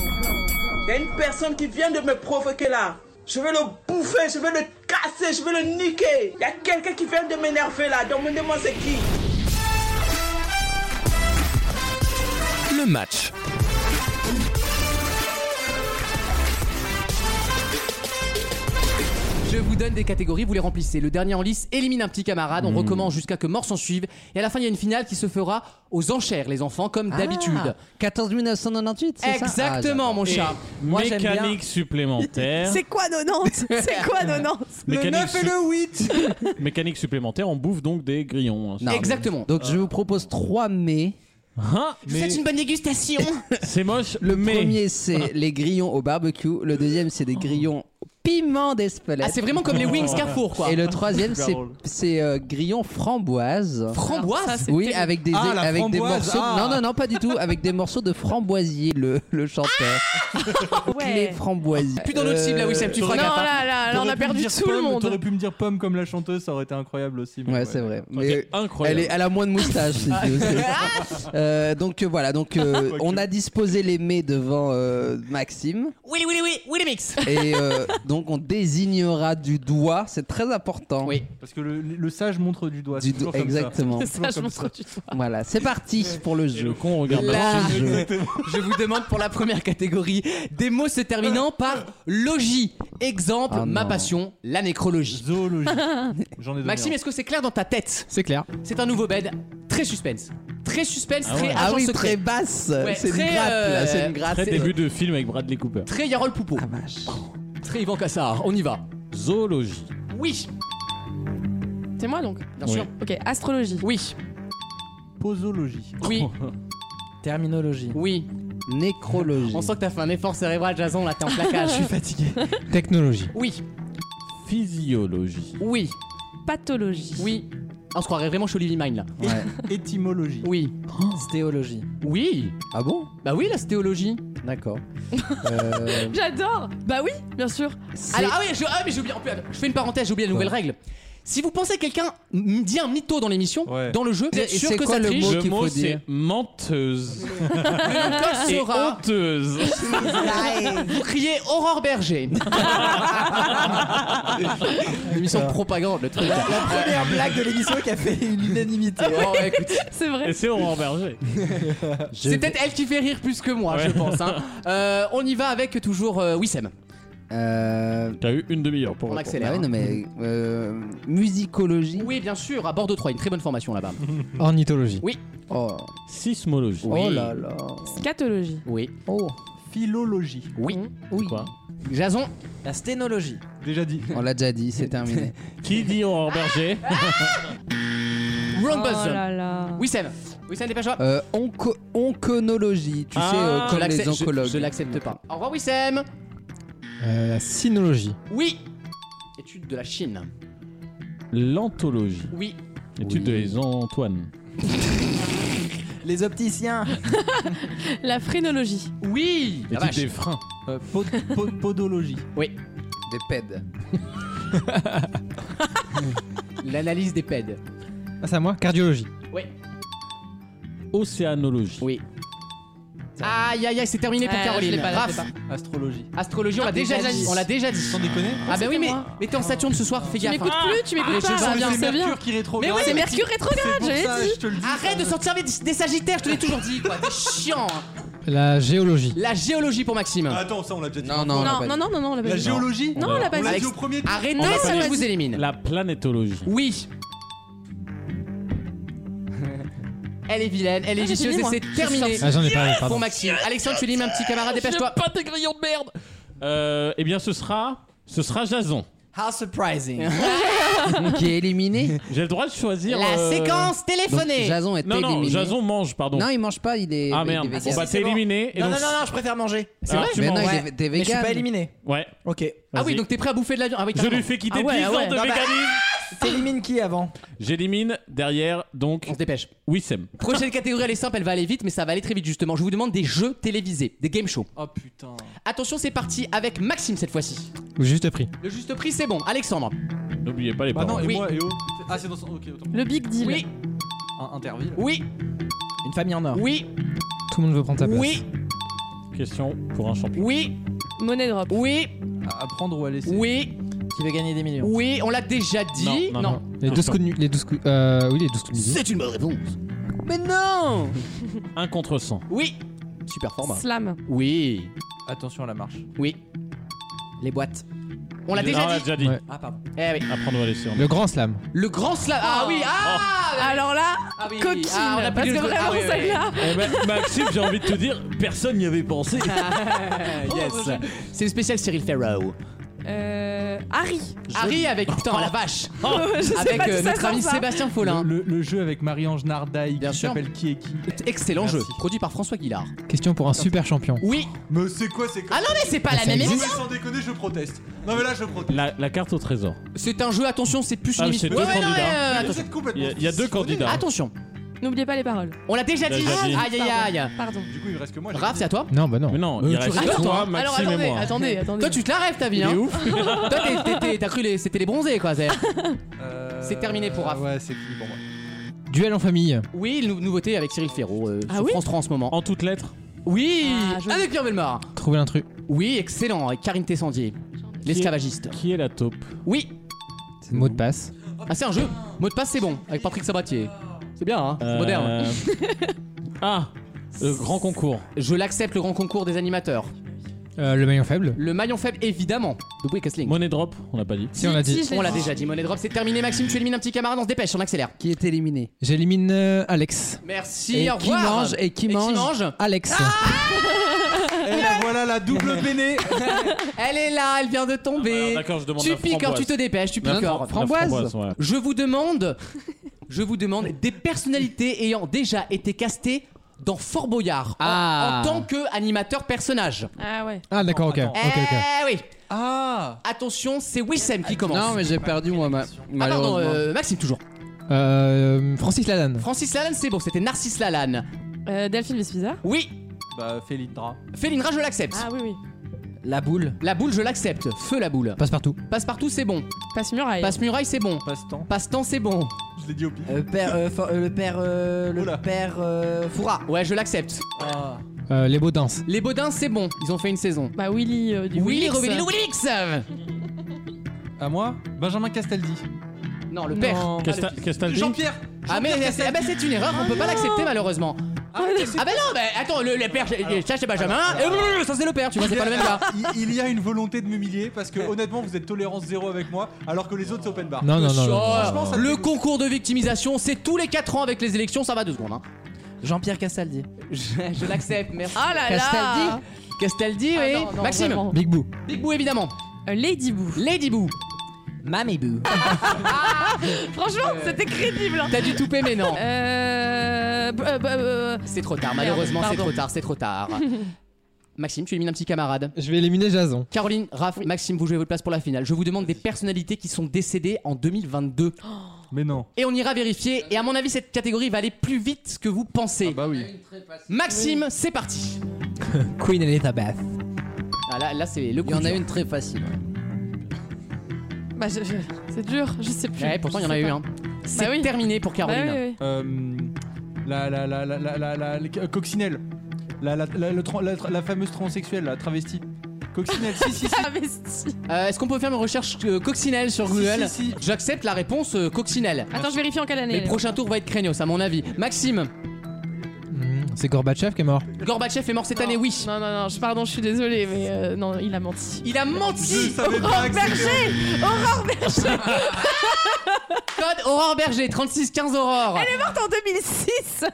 Speaker 9: Il y a une personne qui vient de me provoquer là. Je vais le bouffer, je vais le casser, je vais le niquer. Il y a quelqu'un qui vient de m'énerver là. Demandez-moi c'est qui.
Speaker 1: le match.
Speaker 2: Je vous donne des catégories, vous les remplissez. Le dernier en lice élimine un petit camarade, on
Speaker 8: Hmm.
Speaker 2: recommence jusqu'à que mort s'en suive. Et à la fin, il y a une finale qui se fera aux enchères, les enfants, comme d'habitude.
Speaker 5: Ah, 14 998, c'est ça Ah,
Speaker 2: Exactement,
Speaker 8: Ah,
Speaker 2: mon
Speaker 4: Et
Speaker 2: chat.
Speaker 8: Moi, j'aime bien.
Speaker 4: mécanique supplémentaire.
Speaker 6: C'est quoi 90 C'est quoi 90
Speaker 4: mécanique, su-
Speaker 8: 8
Speaker 4: mécanique supplémentaire, on bouffe donc des grillons. hein.
Speaker 5: Non.
Speaker 2: Exactement.
Speaker 5: Donc je vous propose 3 mais.
Speaker 4: Hein
Speaker 2: C'est une bonne dégustation.
Speaker 4: C'est moche,
Speaker 5: Le
Speaker 4: mais
Speaker 5: premier c'est les grillons au barbecue, le deuxième c'est des grillons au piment d'Espelette.
Speaker 2: ah, c'est vraiment comme les wings Carrefour, quoi.
Speaker 5: Et le troisième
Speaker 3: Super
Speaker 5: c'est,
Speaker 3: drôle.
Speaker 5: c'est euh, grillons framboises.
Speaker 6: Alors,
Speaker 2: Framboise
Speaker 6: ça, c'est
Speaker 5: Oui,
Speaker 6: terrible.
Speaker 5: avec des
Speaker 3: Ah, la
Speaker 5: avec des
Speaker 3: framboise,
Speaker 5: morceaux.
Speaker 3: ah.
Speaker 5: Non, non, non, pas du tout. Avec des morceaux de framboisier, le, le chanteur. Les
Speaker 6: Ah, Ouais.
Speaker 5: framboisiers.
Speaker 2: Ah,
Speaker 5: euh,
Speaker 2: Plus dans notre cible, là, oui, c'est un petit
Speaker 6: Non,
Speaker 2: fracasse, hein.
Speaker 6: là, là, là, on a perdu tout le monde.
Speaker 3: T'aurais pu me dire pomme comme la chanteuse, ça aurait été incroyable aussi. mais
Speaker 5: Ouais, c'est vrai. Mais
Speaker 4: C'est
Speaker 5: elle,
Speaker 4: incroyable.
Speaker 5: est, elle a moins de moustache. si tu veux. Euh, donc euh, voilà, donc
Speaker 3: Ah,
Speaker 5: euh, on a disposé les mets devant euh, Maxime
Speaker 2: Willy Willy Willy Willy Mix.
Speaker 5: et euh, donc on désignera du doigt. C'est très important.
Speaker 2: Oui.
Speaker 3: Parce que le, le sage montre du doigt.
Speaker 5: Du
Speaker 3: c'est
Speaker 5: do-
Speaker 3: toujours comme ça.
Speaker 5: exactement.
Speaker 6: Ça, je
Speaker 3: comme
Speaker 6: montre du doigt.
Speaker 5: Voilà, c'est parti pour le
Speaker 4: Et le
Speaker 5: jeu.
Speaker 4: con regarde
Speaker 2: Là.
Speaker 4: Maxime.
Speaker 2: Je vous demande pour la première catégorie des mots se terminant par logis. Exemple,
Speaker 5: Ah
Speaker 2: ma
Speaker 5: non.
Speaker 2: passion, la nécrologie.
Speaker 3: Zoologie. J'en ai donné
Speaker 2: Maxime,
Speaker 3: un.
Speaker 2: est-ce que c'est clair dans ta tête
Speaker 7: C'est clair.
Speaker 2: C'est un nouveau bed, très suspense. Très suspense,
Speaker 4: Ah
Speaker 2: très
Speaker 4: ouais.
Speaker 2: agent
Speaker 5: Ah oui, très
Speaker 2: secret.
Speaker 5: basse.
Speaker 2: Ouais,
Speaker 5: c'est une
Speaker 2: très,
Speaker 5: gratte là,
Speaker 2: euh,
Speaker 5: c'est une gratte.
Speaker 4: Très début de film avec Bradley Cooper.
Speaker 2: Très Yarol Poupeau.
Speaker 5: Ah, vache.
Speaker 2: Très Yvan Cassard, on y va.
Speaker 4: Zoologie.
Speaker 2: Oui,
Speaker 6: C'est moi donc
Speaker 2: bien
Speaker 4: Oui.
Speaker 2: sûr.
Speaker 6: Ok, astrologie.
Speaker 2: Oui,
Speaker 3: Posologie.
Speaker 2: oui,
Speaker 8: Terminologie.
Speaker 2: oui.
Speaker 5: Nécrologie.
Speaker 2: On sent que t'as fait un effort cérébral, Jason, là t'es en placage. Je suis fatigué.
Speaker 7: Technologie.
Speaker 2: Oui,
Speaker 4: Physiologie.
Speaker 2: oui,
Speaker 6: Pathologie.
Speaker 2: oui. Ah, On se croirait vraiment chez Olivier Mine là.
Speaker 5: Ouais.
Speaker 3: Étymologie.
Speaker 2: Oui,
Speaker 8: Stéologie.
Speaker 2: oui.
Speaker 5: Ah bon
Speaker 2: Bah oui, la stéologie.
Speaker 5: D'accord. Euh,
Speaker 6: J'adore Bah oui, bien sûr.
Speaker 5: c'est-
Speaker 2: Alors, ah oui, je, ah, mais j'ai oublié, en plus, je fais une parenthèse, j'ai oublié la nouvelle règle. Si vous pensez que quelqu'un m- dit un mytho dans l'émission,
Speaker 3: Ouais.
Speaker 2: dans le jeu, vous êtes
Speaker 5: Et
Speaker 2: sûr
Speaker 5: c'est
Speaker 2: que
Speaker 5: quoi
Speaker 2: ça
Speaker 5: le
Speaker 2: triche.
Speaker 5: mot
Speaker 4: Le
Speaker 5: qu'il
Speaker 4: mot
Speaker 5: faut dire. Ah.
Speaker 4: c'est menteuse
Speaker 2: Le code
Speaker 4: et
Speaker 2: sera.
Speaker 4: honteuse.
Speaker 2: Vous criez Aurore Berger. L'émission de propagande, le truc.
Speaker 8: La première blague de l'émission qui a fait une unanimité.
Speaker 2: Bon, bah, écoute,
Speaker 6: C'est
Speaker 4: Et
Speaker 6: vrai.
Speaker 4: c'est Aurore Berger.
Speaker 5: je
Speaker 2: c'est
Speaker 5: vais-
Speaker 2: peut-être elle qui fait rire plus que moi, je pense. hein. Euh, on y va avec toujours euh, Wissem.
Speaker 5: Euh,
Speaker 4: T'as eu une demi-heure pour
Speaker 2: On
Speaker 4: répondre. Ah
Speaker 2: accélère.
Speaker 5: bah oui, non, mais euh, musicologie.
Speaker 2: Oui, bien sûr, à Bordeaux 3, une très bonne formation là-bas.
Speaker 7: Ornithologie.
Speaker 5: Oh,
Speaker 4: Sismologie.
Speaker 5: oh là là.
Speaker 6: Scatologie.
Speaker 2: Oui,
Speaker 5: Oh,
Speaker 3: Philologie.
Speaker 2: oui.
Speaker 6: Mmh.
Speaker 5: oui.
Speaker 4: Quoi
Speaker 2: Jason,
Speaker 8: La sténologie.
Speaker 3: Déjà dit.
Speaker 5: On l'a déjà dit, c'est terminé.
Speaker 4: Qui dit Aurore Berger
Speaker 2: Round
Speaker 6: Oh
Speaker 2: Buzz.
Speaker 6: là là.
Speaker 2: Wissem, Wissem, dépêche-toi.
Speaker 5: Euh, onco- onconologie, tu
Speaker 4: Ah,
Speaker 5: sais, euh,
Speaker 2: Je
Speaker 5: comme les
Speaker 2: l'accepte- je-
Speaker 5: oncologues.
Speaker 2: Je, l'accepte pas. Au revoir Wissem.
Speaker 7: Euh, la sinologie.
Speaker 2: Oui. Étude de la Chine.
Speaker 4: L'anthologie.
Speaker 2: Oui.
Speaker 4: Étude des Antoine.
Speaker 8: Les opticiens.
Speaker 6: La phrénologie.
Speaker 2: Oui. La
Speaker 4: Étude
Speaker 2: vache.
Speaker 4: des freins.
Speaker 3: Euh, pod- pod- podologie.
Speaker 5: Des pèdes.
Speaker 2: L'analyse des E pèdes.
Speaker 7: Ah, c'est à moi Cardiologie.
Speaker 4: Océanologie.
Speaker 2: Oui. Aïe aïe aïe, c'est terminé pour
Speaker 6: Ah, je
Speaker 2: Caroline.
Speaker 6: l'ai pas, je l'ai Ah,
Speaker 2: Raph,
Speaker 3: Astrologie.
Speaker 2: astrologie, on l'a déjà,
Speaker 6: déjà
Speaker 2: dit.
Speaker 6: dit.
Speaker 2: On l'a déjà dit.
Speaker 3: Sans déconner
Speaker 2: Ah bah oui, mais,
Speaker 6: moi.
Speaker 2: mais t'es en Saturne ce soir, fais
Speaker 6: Tu
Speaker 2: gaffe.
Speaker 6: m'écoutes
Speaker 2: hein.
Speaker 6: plus, tu m'écoutes
Speaker 2: Ah, je
Speaker 6: pas. Ça
Speaker 2: sais,
Speaker 6: vient,
Speaker 2: c'est
Speaker 6: ça vient.
Speaker 3: Mercure qui rétrograde.
Speaker 6: Mais oui, c'est Mercure
Speaker 3: C'est
Speaker 6: rétrograde,
Speaker 3: pour
Speaker 6: j'avais
Speaker 3: ça,
Speaker 6: dit.
Speaker 3: je te le dis.
Speaker 2: Arrête de sortir des, des sagittaires, je te l'ai toujours dit, quoi. T'es chiant. hein.
Speaker 7: La géologie.
Speaker 2: La géologie pour Maxime.
Speaker 3: Ah, Attends, ça on l'a déjà dit.
Speaker 5: Non, non, on l'a
Speaker 6: Non,
Speaker 5: pas
Speaker 6: non,
Speaker 5: dit.
Speaker 6: non, non, non, on l'a
Speaker 3: La
Speaker 6: pas dit.
Speaker 3: géologie
Speaker 6: Non, on l'a pas
Speaker 3: On l'a
Speaker 6: dit.
Speaker 3: dit au premier tour.
Speaker 2: Arrêtez,
Speaker 6: On l'a
Speaker 2: ça
Speaker 6: pas
Speaker 2: je
Speaker 6: dit.
Speaker 2: vous élimine.
Speaker 4: La planétologie.
Speaker 2: Oui. Elle est vilaine, elle est
Speaker 6: Ah, j'ai
Speaker 2: vicieuse
Speaker 6: fini,
Speaker 2: et
Speaker 6: moi.
Speaker 2: c'est
Speaker 6: Je
Speaker 2: terminé.
Speaker 7: Ah, j'en ai parlé,
Speaker 2: Pour
Speaker 7: pardon.
Speaker 2: Maxime. Alexandre, tu limes un petit camarade, dépêche-toi.
Speaker 4: Pas tes grillons de merde euh, Eh bien, ce sera. Ce sera Jason.
Speaker 8: How surprising.
Speaker 5: Qui est éliminé.
Speaker 4: J'ai le droit de choisir.
Speaker 2: La
Speaker 4: euh,
Speaker 2: séquence
Speaker 5: Donc,
Speaker 2: téléphonée.
Speaker 5: Jason est
Speaker 4: Non,
Speaker 5: éliminé.
Speaker 4: non, Jason mange, pardon.
Speaker 5: Non, il mange pas, il est.
Speaker 4: ah
Speaker 5: il est
Speaker 4: merde,
Speaker 5: vegan.
Speaker 4: bon bah
Speaker 8: c'est
Speaker 4: t'es
Speaker 8: bon.
Speaker 4: éliminé. et
Speaker 8: non,
Speaker 4: donc-
Speaker 8: non, non, non, je préfère manger.
Speaker 2: C'est
Speaker 4: Alors,
Speaker 2: vrai
Speaker 4: tu
Speaker 5: Mais non,
Speaker 4: m'en-
Speaker 5: il
Speaker 8: Ouais.
Speaker 5: est t'es
Speaker 8: Mais je suis
Speaker 5: vegan.
Speaker 8: pas éliminé.
Speaker 4: Ouais.
Speaker 8: Ok.
Speaker 2: Ah oui,
Speaker 4: vas-y.
Speaker 2: donc t'es prêt à bouffer de la viande. Ah oui,
Speaker 4: Je
Speaker 2: carrément.
Speaker 4: lui fais quitter
Speaker 2: Ah ouais,
Speaker 4: 10
Speaker 2: ouais. ah,
Speaker 4: ans de
Speaker 8: Non, bah-
Speaker 4: véganisme.
Speaker 8: T'élimines qui avant
Speaker 4: J'élimine derrière donc
Speaker 2: On se dépêche.
Speaker 4: Wissem.
Speaker 2: Prochaine catégorie, elle est simple, elle va aller vite, mais ça va aller très vite justement. Je vous demande des jeux télévisés, des game shows.
Speaker 3: Oh putain.
Speaker 2: Attention, c'est parti avec Maxime cette fois-ci.
Speaker 7: Ou juste prix.
Speaker 2: Le juste prix, c'est bon. Alexandre.
Speaker 4: N'oubliez pas les
Speaker 3: Bah non,
Speaker 4: paroles.
Speaker 3: et
Speaker 2: Oui.
Speaker 3: moi, et oh. Ah, c'est dans son. Ok, autant.
Speaker 6: Le Big Deal.
Speaker 2: Oui,
Speaker 3: Un- Interville.
Speaker 2: oui,
Speaker 8: Une famille en or.
Speaker 2: oui,
Speaker 7: Tout le monde veut prendre ta place.
Speaker 2: oui,
Speaker 4: Question pour un champion.
Speaker 2: oui,
Speaker 6: Monnaie drop.
Speaker 2: oui,
Speaker 3: À à prendre ou à laisser.
Speaker 2: oui,
Speaker 8: Qui veut gagner des millions.
Speaker 2: oui, on l'a déjà dit.
Speaker 4: Non, non, non.
Speaker 7: Les 12 coups de nu- Les 12 coups. Euh, oui, les 12 coups de midi.
Speaker 2: C'est une bonne réponse.
Speaker 5: Oh,
Speaker 2: Mais non
Speaker 4: Un contre 100.
Speaker 2: Oui Super format.
Speaker 6: Slam.
Speaker 2: Oui,
Speaker 3: Attention à la marche.
Speaker 2: oui. Les boîtes. On l'a déjà dit.
Speaker 7: Ouais.
Speaker 8: Ah, pardon.
Speaker 2: Eh oui.
Speaker 4: À prendre ou à laisser.
Speaker 7: Le grand slam.
Speaker 2: Le grand slam. Ah oui, ah
Speaker 6: Alors là,
Speaker 2: Ah oui,
Speaker 6: coquine.
Speaker 2: ah, on a
Speaker 6: parce
Speaker 2: plus
Speaker 6: que
Speaker 2: de- ah
Speaker 6: vraiment
Speaker 2: oui, oui,
Speaker 6: celle-là.
Speaker 4: Eh ben, Maxime, j'ai envie de te dire, personne n'y avait pensé.
Speaker 2: Ah. Yes. C'est le spécial Cyril Ferro.
Speaker 6: Euh, Harry.
Speaker 2: Harry avec putain la vache.
Speaker 6: Je sais
Speaker 2: avec
Speaker 6: pas
Speaker 2: euh,
Speaker 6: d'où ça
Speaker 2: notre
Speaker 6: sort,
Speaker 2: ami
Speaker 6: ça.
Speaker 2: Sébastien Follin.
Speaker 3: Le, le- le jeu avec Marie-Ange Nardaille
Speaker 2: Bien
Speaker 3: qui
Speaker 2: sûr.
Speaker 3: s'appelle Qui est qui
Speaker 2: Excellent
Speaker 3: Merci.
Speaker 2: jeu, produit par François Guillard.
Speaker 7: Question pour un super champion.
Speaker 2: Oui.
Speaker 3: Mais c'est quoi, c'est quoi
Speaker 2: Ah non mais c'est pas
Speaker 7: Ah,
Speaker 2: la
Speaker 7: ça
Speaker 2: même
Speaker 7: existe
Speaker 2: émission.
Speaker 3: Sans déconner, je proteste. Non, mais là, je proteste.
Speaker 4: La, la carte au trésor.
Speaker 2: C'est un jeu, attention, c'est plus
Speaker 4: Ah,
Speaker 2: une émission.
Speaker 4: c'est deux
Speaker 2: Ouais, ouais, non,
Speaker 4: candidats.
Speaker 2: mais, euh,
Speaker 3: Vous
Speaker 2: attention.
Speaker 3: êtes complètement
Speaker 4: Il y a- il y a deux
Speaker 3: dysfonctionnés.
Speaker 4: candidats.
Speaker 2: Attention.
Speaker 6: N'oubliez pas les paroles.
Speaker 2: On l'a déjà dit.
Speaker 4: Déjà dit.
Speaker 2: Aïe aïe aïe.
Speaker 6: Pardon.
Speaker 3: Du coup, il me reste que moi. j'ai-
Speaker 2: Raph, c'est à toi.
Speaker 7: Non, bah non.
Speaker 4: Mais non, il reste
Speaker 2: restes
Speaker 4: toi,
Speaker 2: toi.
Speaker 6: Alors
Speaker 4: Maxime et
Speaker 6: attendez,
Speaker 4: moi.
Speaker 6: attendez, attendez.
Speaker 2: Toi, tu te la rêves ta vie,
Speaker 4: Il est
Speaker 2: hein.
Speaker 4: ouf.
Speaker 2: Toi, t'es- t'es- t'es- t'as cru les, c'était les bronzés, quoi. c'est-
Speaker 3: Euh,
Speaker 2: C'est terminé pour Raph.
Speaker 3: Ouais, c'est fini pour moi.
Speaker 7: Duel en famille.
Speaker 2: Oui, nou- nouveauté avec Cyril Ferraud euh,
Speaker 6: Ah
Speaker 2: sur
Speaker 6: oui
Speaker 2: France 3 en ce moment.
Speaker 4: En toutes lettres.
Speaker 2: Oui,
Speaker 6: Ah, joli.
Speaker 2: avec Pierre Belmar.
Speaker 7: Trouver l'intrus.
Speaker 2: Oui, excellent. Avec Karine Tessandier, l'esclavagiste.
Speaker 4: Qui est la taupe
Speaker 2: Oui.
Speaker 7: Mot de passe.
Speaker 2: Ah, c'est un jeu. Mot de passe, c'est bon. Avec Patrick Sabatier. C'est bien, hein. C'est
Speaker 4: Euh,
Speaker 2: moderne.
Speaker 4: Ah, le grand concours.
Speaker 2: Je l'accepte le grand concours des animateurs.
Speaker 7: Euh, le maillon faible.
Speaker 2: Le maillon faible, évidemment. De Bouygues Wrestling.
Speaker 4: Money drop, on l'a pas dit.
Speaker 7: Si on l'a dit.
Speaker 6: je l'ai
Speaker 2: On l'a déjà dit, Money Drop, c'est terminé. Maxime, tu élimines un petit camarade, on se dépêche, on accélère.
Speaker 5: Qui est éliminé
Speaker 7: J'élimine euh, Alex.
Speaker 2: Merci,
Speaker 5: Et
Speaker 2: au
Speaker 5: qui
Speaker 2: revoir.
Speaker 5: mange Et qui mange
Speaker 7: Alex.
Speaker 3: Et la voilà la double peinée.
Speaker 2: Elle est là, elle vient de tomber.
Speaker 4: Ah bah, D'accord, je demande
Speaker 2: tu
Speaker 4: la
Speaker 2: picores,
Speaker 4: framboise.
Speaker 2: tu te dépêches, tu
Speaker 4: La
Speaker 2: picores.
Speaker 4: fram- la framboise, ouais.
Speaker 2: Je vous demande, je vous demande des personnalités ayant déjà été castées dans Fort Boyard en-
Speaker 5: Ah.
Speaker 2: en, tant que animateur personnage.
Speaker 6: Ah ouais.
Speaker 7: Ah, d'accord, ok. Ok, ok.
Speaker 2: Eh oui.
Speaker 3: Ah
Speaker 2: Attention, c'est Wissem qui commence.
Speaker 5: Non, mais j'ai perdu moi, ma...
Speaker 2: Ah
Speaker 5: malheureusement.
Speaker 2: pardon, euh, Maxime toujours.
Speaker 7: Euh, Francis Lalanne.
Speaker 2: Francis Lalanne, c'est bon, c'était Narcisse Lalanne.
Speaker 6: Euh, Delphine Vespiza.
Speaker 2: Oui,
Speaker 3: Bah, Félindra.
Speaker 2: Félindra, je l'accepte.
Speaker 6: Ah oui oui.
Speaker 5: La boule.
Speaker 2: La boule, je l'accepte. Feu la boule.
Speaker 7: Passe partout.
Speaker 2: Passe-partout, c'est bon.
Speaker 6: Passe muraille.
Speaker 2: Passe-muraille, c'est bon.
Speaker 3: Passe-temps.
Speaker 2: Passe-temps, c'est bon.
Speaker 3: Je l'ai dit au pire.
Speaker 5: Euh, père, euh, for- euh, le père. euh, le
Speaker 3: Oula.
Speaker 5: père. euh, Foura.
Speaker 2: Ouais, je l'accepte.
Speaker 3: Ah.
Speaker 7: Euh, les Baudins.
Speaker 2: Les Baudins, c'est bon. Ils ont fait une saison.
Speaker 6: Bah Willy euh, du
Speaker 2: Willy
Speaker 6: Willix.
Speaker 2: Revelli Willix
Speaker 3: À moi Benjamin Castaldi.
Speaker 2: Non, le père.
Speaker 3: Non.
Speaker 4: Casta- Castaldi.
Speaker 3: Jean-Pierre
Speaker 2: Ah, mais c'est ah, bah, c'est une erreur, on peut pas l'accepter malheureusement.
Speaker 3: Ah, mais c'est-
Speaker 2: Ah, bah non, mais attends, le, le père, ça c'est Benjamin, et ça c'est le père, tu vois, c'est pas le même gars.
Speaker 3: Il- Il y a une volonté de m'humilier parce que honnêtement vous êtes tolérance zéro avec moi alors que les autres c'est open bar.
Speaker 7: Non, non, non. non, non,
Speaker 2: Oh,
Speaker 3: Franchement, ça me
Speaker 2: le
Speaker 3: dégoûte.
Speaker 2: concours de victimisation, c'est tous les 4 ans avec les élections, ça va deux secondes. Hein.
Speaker 5: Jean-Pierre Castaldi.
Speaker 2: Je, je l'accepte, merci.
Speaker 6: Ah là là.
Speaker 5: Castaldi.
Speaker 2: Castaldi,
Speaker 6: Ah
Speaker 2: oui.
Speaker 6: non, non,
Speaker 2: Maxime,
Speaker 6: vraiment.
Speaker 7: Big Boo.
Speaker 2: Big Boo évidemment.
Speaker 6: Euh, Lady Boo.
Speaker 2: Lady Boo,
Speaker 5: Mammy Boo.
Speaker 6: Franchement, c'était crédible. hein.
Speaker 2: t'as du tout aimé, non
Speaker 6: Euh, b- euh, b- euh,
Speaker 2: C'est trop tard,
Speaker 6: Merde,
Speaker 2: malheureusement, c'est
Speaker 6: pardon.
Speaker 2: trop tard, c'est trop tard. Maxime, tu élimines un petit camarade.
Speaker 7: Je vais éliminer Jason.
Speaker 2: Caroline, Raph, Maxime, vous jouez votre place pour la finale. Je vous demande des personnalités qui sont décédées en 2022.
Speaker 3: Mais non.
Speaker 2: Et on ira vérifier. Et à mon avis, cette catégorie va aller plus vite que vous pensez.
Speaker 3: Bah oui.
Speaker 2: Maxime, c'est parti.
Speaker 5: Queen Elizabeth.
Speaker 2: Ah, là, là, c'est le
Speaker 5: Il
Speaker 2: coup
Speaker 5: y en
Speaker 2: dur.
Speaker 5: a une très facile. ouais.
Speaker 6: bah je- je- c'est dur, je sais plus.
Speaker 2: Ouais, pourtant, il y en
Speaker 6: Je
Speaker 2: a
Speaker 6: sais
Speaker 2: eu
Speaker 6: pas.
Speaker 2: un. C'est
Speaker 6: oui.
Speaker 2: terminé pour
Speaker 6: Bah
Speaker 2: Caroline.
Speaker 6: oui, oui.
Speaker 3: Euh, la la la la la la, la- la- coccinelle. La la, la, le tran- la, la fameuse transsexuelle, la travestie. Coccinelle, si si si.
Speaker 6: Ah, Travesti.
Speaker 2: Euh, Est-ce qu'on peut faire une recherche euh, coccinelle sur
Speaker 3: Si,
Speaker 2: Google
Speaker 3: si, si.
Speaker 2: J'accepte la réponse euh, coccinelle.
Speaker 6: Attends, je vérifie en quelle année.
Speaker 2: Mais le prochain tour va être craignos, à mon avis. Maxime,
Speaker 7: Hmm, C'est Gorbatchev qui est mort.
Speaker 2: Gorbatchev est mort cette année, oui.
Speaker 6: Non, non, non, je, pardon, je suis désolée, mais euh, non, il a menti.
Speaker 2: Il a
Speaker 3: Je
Speaker 2: menti
Speaker 3: savais pas que c'était-
Speaker 2: Code Aurore Berger, 3615 Aurore
Speaker 6: en 2006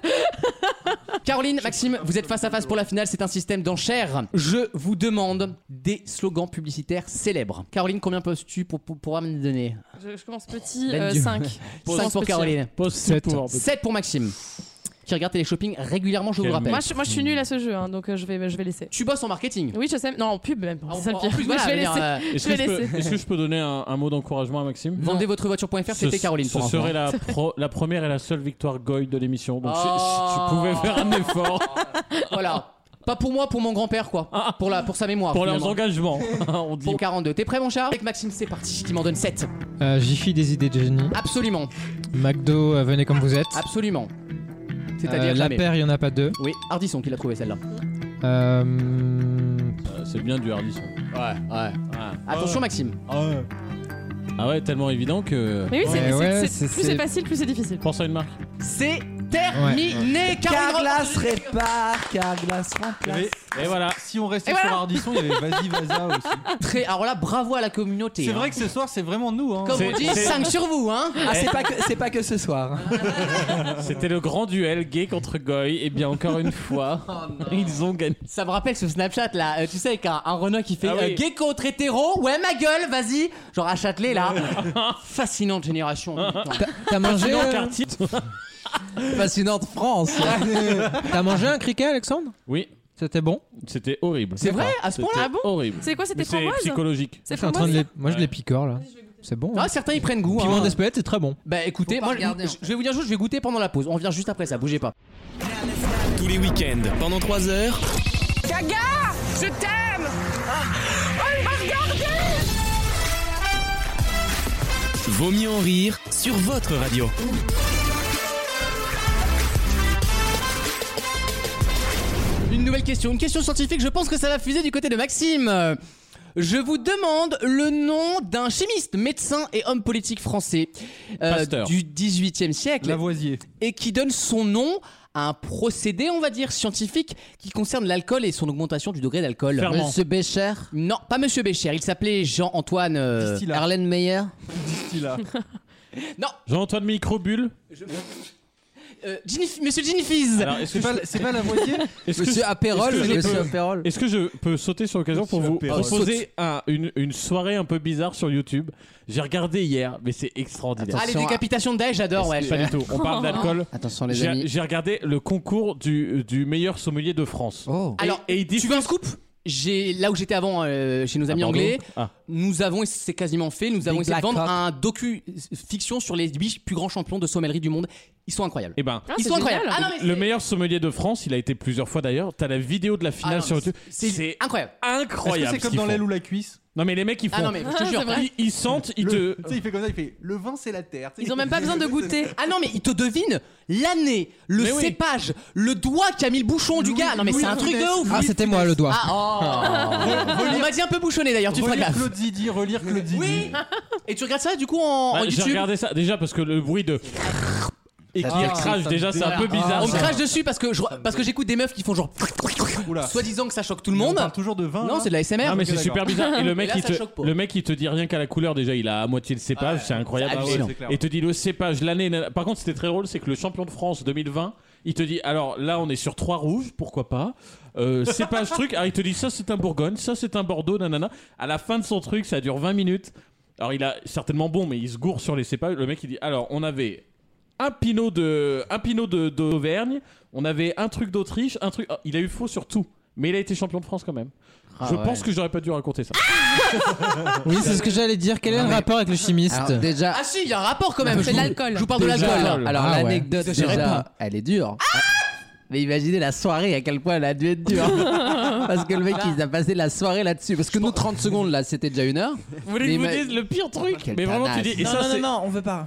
Speaker 2: Caroline, Maxime, vous êtes face à face pour la finale, c'est un système d'enchères. Je vous demande des slogans publicitaires célèbres. Caroline, combien penses-tu pour, pour, pourras me donner
Speaker 6: je, je commence petit,
Speaker 2: Ben
Speaker 6: euh,
Speaker 2: Dieu.
Speaker 6: 5.
Speaker 2: 5 pour Caroline,
Speaker 4: Pose
Speaker 7: Sept.
Speaker 4: pour-
Speaker 2: 7 pour Maxime, qui regarde Téléshopping régulièrement, je vous le
Speaker 4: Quel
Speaker 2: rappelle.
Speaker 6: Moi je, moi, je suis nulle à ce jeu, hein, donc euh, je, vais, je vais laisser.
Speaker 2: Tu bosses en marketing
Speaker 6: Oui, je sais. Non, en pub même. C'est ça le
Speaker 2: Ah, En
Speaker 6: pire.
Speaker 2: plus,
Speaker 6: Oui,
Speaker 2: voilà,
Speaker 6: je vais
Speaker 2: je veux dire,
Speaker 6: laisser.
Speaker 2: euh,
Speaker 4: Est-ce
Speaker 6: Je
Speaker 4: que,
Speaker 6: vais
Speaker 4: je peux-
Speaker 6: laisser.
Speaker 4: est-ce que je peux donner un, un mot d'encouragement à Maxime
Speaker 2: vendezvotrevoiture.fr, c'était
Speaker 4: Ce-
Speaker 2: Caroline
Speaker 4: Ce
Speaker 2: pour
Speaker 4: serait
Speaker 2: l'instant.
Speaker 4: la, pro- la première et la seule victoire Goy de l'émission. Donc si-
Speaker 2: Oh. Ah,
Speaker 4: si tu pouvais faire un effort
Speaker 2: Voilà. Pas pour moi, pour mon grand-père, quoi. Pour, la, pour sa mémoire.
Speaker 4: pour leurs
Speaker 2: finalement.
Speaker 4: engagements, on dit.
Speaker 2: Pour 42. T'es prêt, mon chat Avec Maxime, c'est parti, qui m'en donne 7.
Speaker 7: Euh, Jiffy des idées de génie.
Speaker 2: Absolument.
Speaker 7: McDo, euh, venez comme vous êtes.
Speaker 2: Absolument.
Speaker 7: Euh,
Speaker 2: Ah, C'est-à-dire
Speaker 7: la
Speaker 2: jamais.
Speaker 7: paire, il y en a pas deux.
Speaker 2: Oui, Hardisson qui l'a trouvé celle-là.
Speaker 7: Euh,
Speaker 4: Euh, C'est bien du hardisson.
Speaker 2: Ouais, ouais.
Speaker 4: Ah.
Speaker 2: Attention, Maxime.
Speaker 3: Ah,
Speaker 4: Ah ouais, tellement évident que.
Speaker 6: Mais oui, c'est-
Speaker 7: Ouais,
Speaker 6: c'est-
Speaker 7: ouais,
Speaker 6: c'est-
Speaker 7: c'est-
Speaker 6: plus
Speaker 7: c'est-
Speaker 6: c'est facile, plus c'est difficile.
Speaker 4: Pense à une marque.
Speaker 2: C'est terminé, Caroline
Speaker 5: Carglass
Speaker 2: Roland-
Speaker 5: répare, Carglass
Speaker 3: il y
Speaker 5: remplace.
Speaker 3: avait-
Speaker 4: Et voilà.
Speaker 3: Si on restait
Speaker 6: Et voilà.
Speaker 3: sur Ardisson, il y avait Vas-y Vaza aussi. hein.
Speaker 2: Très- Alors là, bravo à la communauté.
Speaker 3: C'est
Speaker 2: hein.
Speaker 3: vrai que ce soir, c'est vraiment nous. Hein.
Speaker 2: Comme on
Speaker 4: C'est-
Speaker 2: dit,
Speaker 4: c'est-
Speaker 2: 5 sur vous, hein.
Speaker 5: Ah, c'est pas, que- c'est pas que ce soir. hein.
Speaker 4: C'était le grand duel gay contre Goy. Et bien encore une fois, ils ont gagné.
Speaker 2: Ça me rappelle ce Snapchat là, euh, tu sais, avec un, un Renault qui fait
Speaker 4: Ah
Speaker 2: euh,
Speaker 4: oui.
Speaker 2: gay contre hétéro, ouais ma gueule, vas-y, genre à Châtelet là. Fascinante génération. putain.
Speaker 7: T'as mangé,
Speaker 4: Dans le
Speaker 7: euh,
Speaker 4: quartier.
Speaker 5: Fascinante France.
Speaker 7: t'as mangé un criquet, Alexandre
Speaker 4: Oui,
Speaker 7: C'était bon.
Speaker 4: c'était horrible.
Speaker 2: C'est vrai, à ce point-là
Speaker 4: C'était
Speaker 2: Ah bon
Speaker 4: Horrible.
Speaker 6: C'est quoi C'était
Speaker 4: Mais C'est
Speaker 6: framboise
Speaker 4: psychologique.
Speaker 6: C'est
Speaker 7: Je suis en train de
Speaker 6: framboise
Speaker 7: les- Moi, je les picore là. c'est bon.
Speaker 2: Ah, certains ils prennent goût.
Speaker 7: Piment
Speaker 2: hein.
Speaker 7: d'Espelette, c'est très bon.
Speaker 2: Bah écoutez,
Speaker 5: Faut pas
Speaker 2: moi
Speaker 5: regarder,
Speaker 2: je,
Speaker 5: en fait.
Speaker 2: je vais vous dire juste, je vais goûter pendant la pause. On revient juste après ça, bougez pas.
Speaker 1: Tous les week-ends, pendant 3 heures.
Speaker 9: Gaga, je t'aime
Speaker 1: Vaut mieux en rire sur votre radio.
Speaker 2: Une nouvelle question, une question scientifique, je pense que ça va fuser du côté de Maxime. Euh, Je vous demande le nom d'un chimiste, médecin et homme politique français euh,
Speaker 4: Pasteur.
Speaker 2: du 18e siècle
Speaker 3: Lavoisier.
Speaker 2: et qui donne son nom à un procédé, on va dire, scientifique qui concerne l'alcool et son augmentation du degré d'alcool.
Speaker 4: Ferment.
Speaker 5: Monsieur Bécher,
Speaker 2: Non, pas Monsieur Bécher, il s'appelait Jean-Antoine... euh,
Speaker 3: Distilla.
Speaker 5: Arlène Meyer,
Speaker 3: Distilla.
Speaker 2: Non,
Speaker 4: Jean-Antoine Microbule.
Speaker 2: euh, Ginif- Monsieur Ginifis
Speaker 4: Alors, est-ce
Speaker 3: C'est
Speaker 4: que,
Speaker 3: pas, c'est pas Lavoisier
Speaker 4: je- est-ce que-
Speaker 5: Monsieur Apérol,
Speaker 4: est-ce que je
Speaker 5: Monsieur
Speaker 4: peux-
Speaker 5: Apérol.
Speaker 4: Est-ce que je peux sauter sur l'occasion pour
Speaker 3: Monsieur
Speaker 4: vous
Speaker 3: Perrin.
Speaker 4: proposer un- une, une soirée un peu bizarre sur YouTube J'ai regardé hier, mais c'est extraordinaire.
Speaker 2: Ah, les
Speaker 5: Attention à-
Speaker 2: décapitations de Daesh, j'adore, ouais.
Speaker 4: Pas du tout. On parle d'alcool.
Speaker 5: Attention les
Speaker 4: J'ai
Speaker 5: amis.
Speaker 4: j'ai regardé le concours du, du meilleur sommelier de France.
Speaker 5: Oh.
Speaker 2: Alors,
Speaker 4: et il dit
Speaker 2: tu veux un scoop J'ai là où j'étais avant euh, chez nos amis
Speaker 4: Bordeaux.
Speaker 2: anglais,
Speaker 4: Ah.
Speaker 2: nous avons et c'est quasiment fait, nous avons essayé de
Speaker 5: Black
Speaker 2: vendre
Speaker 5: Cock.
Speaker 2: un docu euh, fiction sur les 8 plus grands champions de sommellerie du monde. Ils sont incroyables.
Speaker 4: Eh ben,
Speaker 6: Ah,
Speaker 2: Ils
Speaker 6: c'est
Speaker 2: sont
Speaker 6: génial.
Speaker 2: incroyables. Ah, non, mais
Speaker 4: le
Speaker 2: c'est-
Speaker 4: meilleur sommelier de France, il a été plusieurs fois d'ailleurs. T'as la vidéo de la
Speaker 2: Ah,
Speaker 4: finale
Speaker 2: non,
Speaker 4: sur
Speaker 2: mais
Speaker 4: YouTube.
Speaker 2: c'est- C'est
Speaker 4: C'est
Speaker 2: incroyable.
Speaker 4: incroyable.
Speaker 3: Est-ce que
Speaker 4: ce
Speaker 3: c'est comme
Speaker 4: qu'ils
Speaker 3: dans
Speaker 4: font.
Speaker 3: l'aile ou la cuisse
Speaker 4: Non mais les mecs ils font.
Speaker 2: Ah non mais je te
Speaker 6: C'est
Speaker 2: jure.
Speaker 6: vrai.
Speaker 4: ils, ils sentent, ils
Speaker 3: Le-
Speaker 4: te.
Speaker 3: Tu sais, il fait comme ça, il fait le vin c'est la terre. Tu sais,
Speaker 6: Ils ont
Speaker 3: il
Speaker 6: même
Speaker 3: fait-
Speaker 6: pas besoin de goûter.
Speaker 2: Ah non mais ils te devinent l'année, le
Speaker 4: Mais oui.
Speaker 2: cépage, le doigt qui a mis le bouchon du
Speaker 3: Louis-
Speaker 2: gars. Non mais
Speaker 3: Louis
Speaker 2: c'est un truc
Speaker 3: Funès,
Speaker 2: de ouf.
Speaker 7: Ah, c'était moi le doigt.
Speaker 2: Ah, oh. On m'a dit un peu bouchonné d'ailleurs. Tu feras
Speaker 3: Relire
Speaker 2: gaffe.
Speaker 3: Claude Zidi, relire Claude Zidi.
Speaker 2: Oui. Et tu regardes ça du coup en, en
Speaker 4: Bah, J'ai
Speaker 2: YouTube.
Speaker 4: regardé ça déjà parce que le bruit de et qui
Speaker 5: Ah,
Speaker 4: crache
Speaker 5: ça-
Speaker 4: déjà c'est un peu bizarre.
Speaker 2: On me
Speaker 4: ça.
Speaker 2: crache dessus parce que je- parce que j'écoute des meufs qui font genre
Speaker 3: Oula.
Speaker 2: soi-disant que ça choque tout le
Speaker 3: Mais on
Speaker 2: monde.
Speaker 3: parle toujours de vin.
Speaker 2: Non,
Speaker 3: là.
Speaker 2: c'est de la SMR.
Speaker 4: Non
Speaker 3: Ok,
Speaker 4: mais c'est super bizarre et le mec
Speaker 2: là,
Speaker 4: il
Speaker 2: ça choque
Speaker 4: te
Speaker 2: pas.
Speaker 4: le mec il te dit rien qu'à la couleur déjà il a à moitié le cépage c'est incroyable
Speaker 2: c'est
Speaker 4: Ah ouais,
Speaker 2: hallucinant.
Speaker 4: c'est clair. et il te dit le cépage l'année nana- par contre c'était très drôle c'est que le champion de France 2020 il te dit alors là on est sur trois rouges pourquoi pas euh, cépage truc alors il te dit ça c'est un Bourgogne ça c'est un Bordeaux nanana à la fin de son truc ça dure 20 minutes alors il a certainement bon mais il se gourre sur les cépages le mec il dit alors on avait un pinot de un pinot de d'Auvergne on avait un truc d'Autriche un truc ah, il a eu faux sur tout mais il a été champion de France quand même
Speaker 5: Ah
Speaker 4: je pense que j'aurais pas dû raconter ça
Speaker 7: Oui, c'est ce que j'allais dire. Quel est le rapport avec le chimiste
Speaker 5: Alors, déjà,
Speaker 2: Ah si, il y a un rapport quand même.
Speaker 6: C'est de l'alcool.
Speaker 2: Je vous parle de
Speaker 7: Déjà.
Speaker 2: l'alcool. Ah
Speaker 5: Alors
Speaker 7: Ah ouais.
Speaker 5: l'anecdote
Speaker 2: J'essaierai
Speaker 5: déjà,
Speaker 2: pas.
Speaker 5: elle est dure. Mais imaginez la soirée à quel point elle a dû être dure. Parce que le mec il a passé la soirée là-dessus. Parce que nous 30 secondes là c'était déjà une heure.
Speaker 4: Vous voulez que je
Speaker 5: Mais
Speaker 4: vous
Speaker 5: ma-
Speaker 4: dise le pire truc
Speaker 5: Quel
Speaker 4: Mais vraiment, tu
Speaker 5: panache.
Speaker 4: dis, et
Speaker 8: non,
Speaker 4: ça,
Speaker 8: non,
Speaker 4: c'est-
Speaker 8: non, non, on veut
Speaker 3: Euh,
Speaker 8: pas.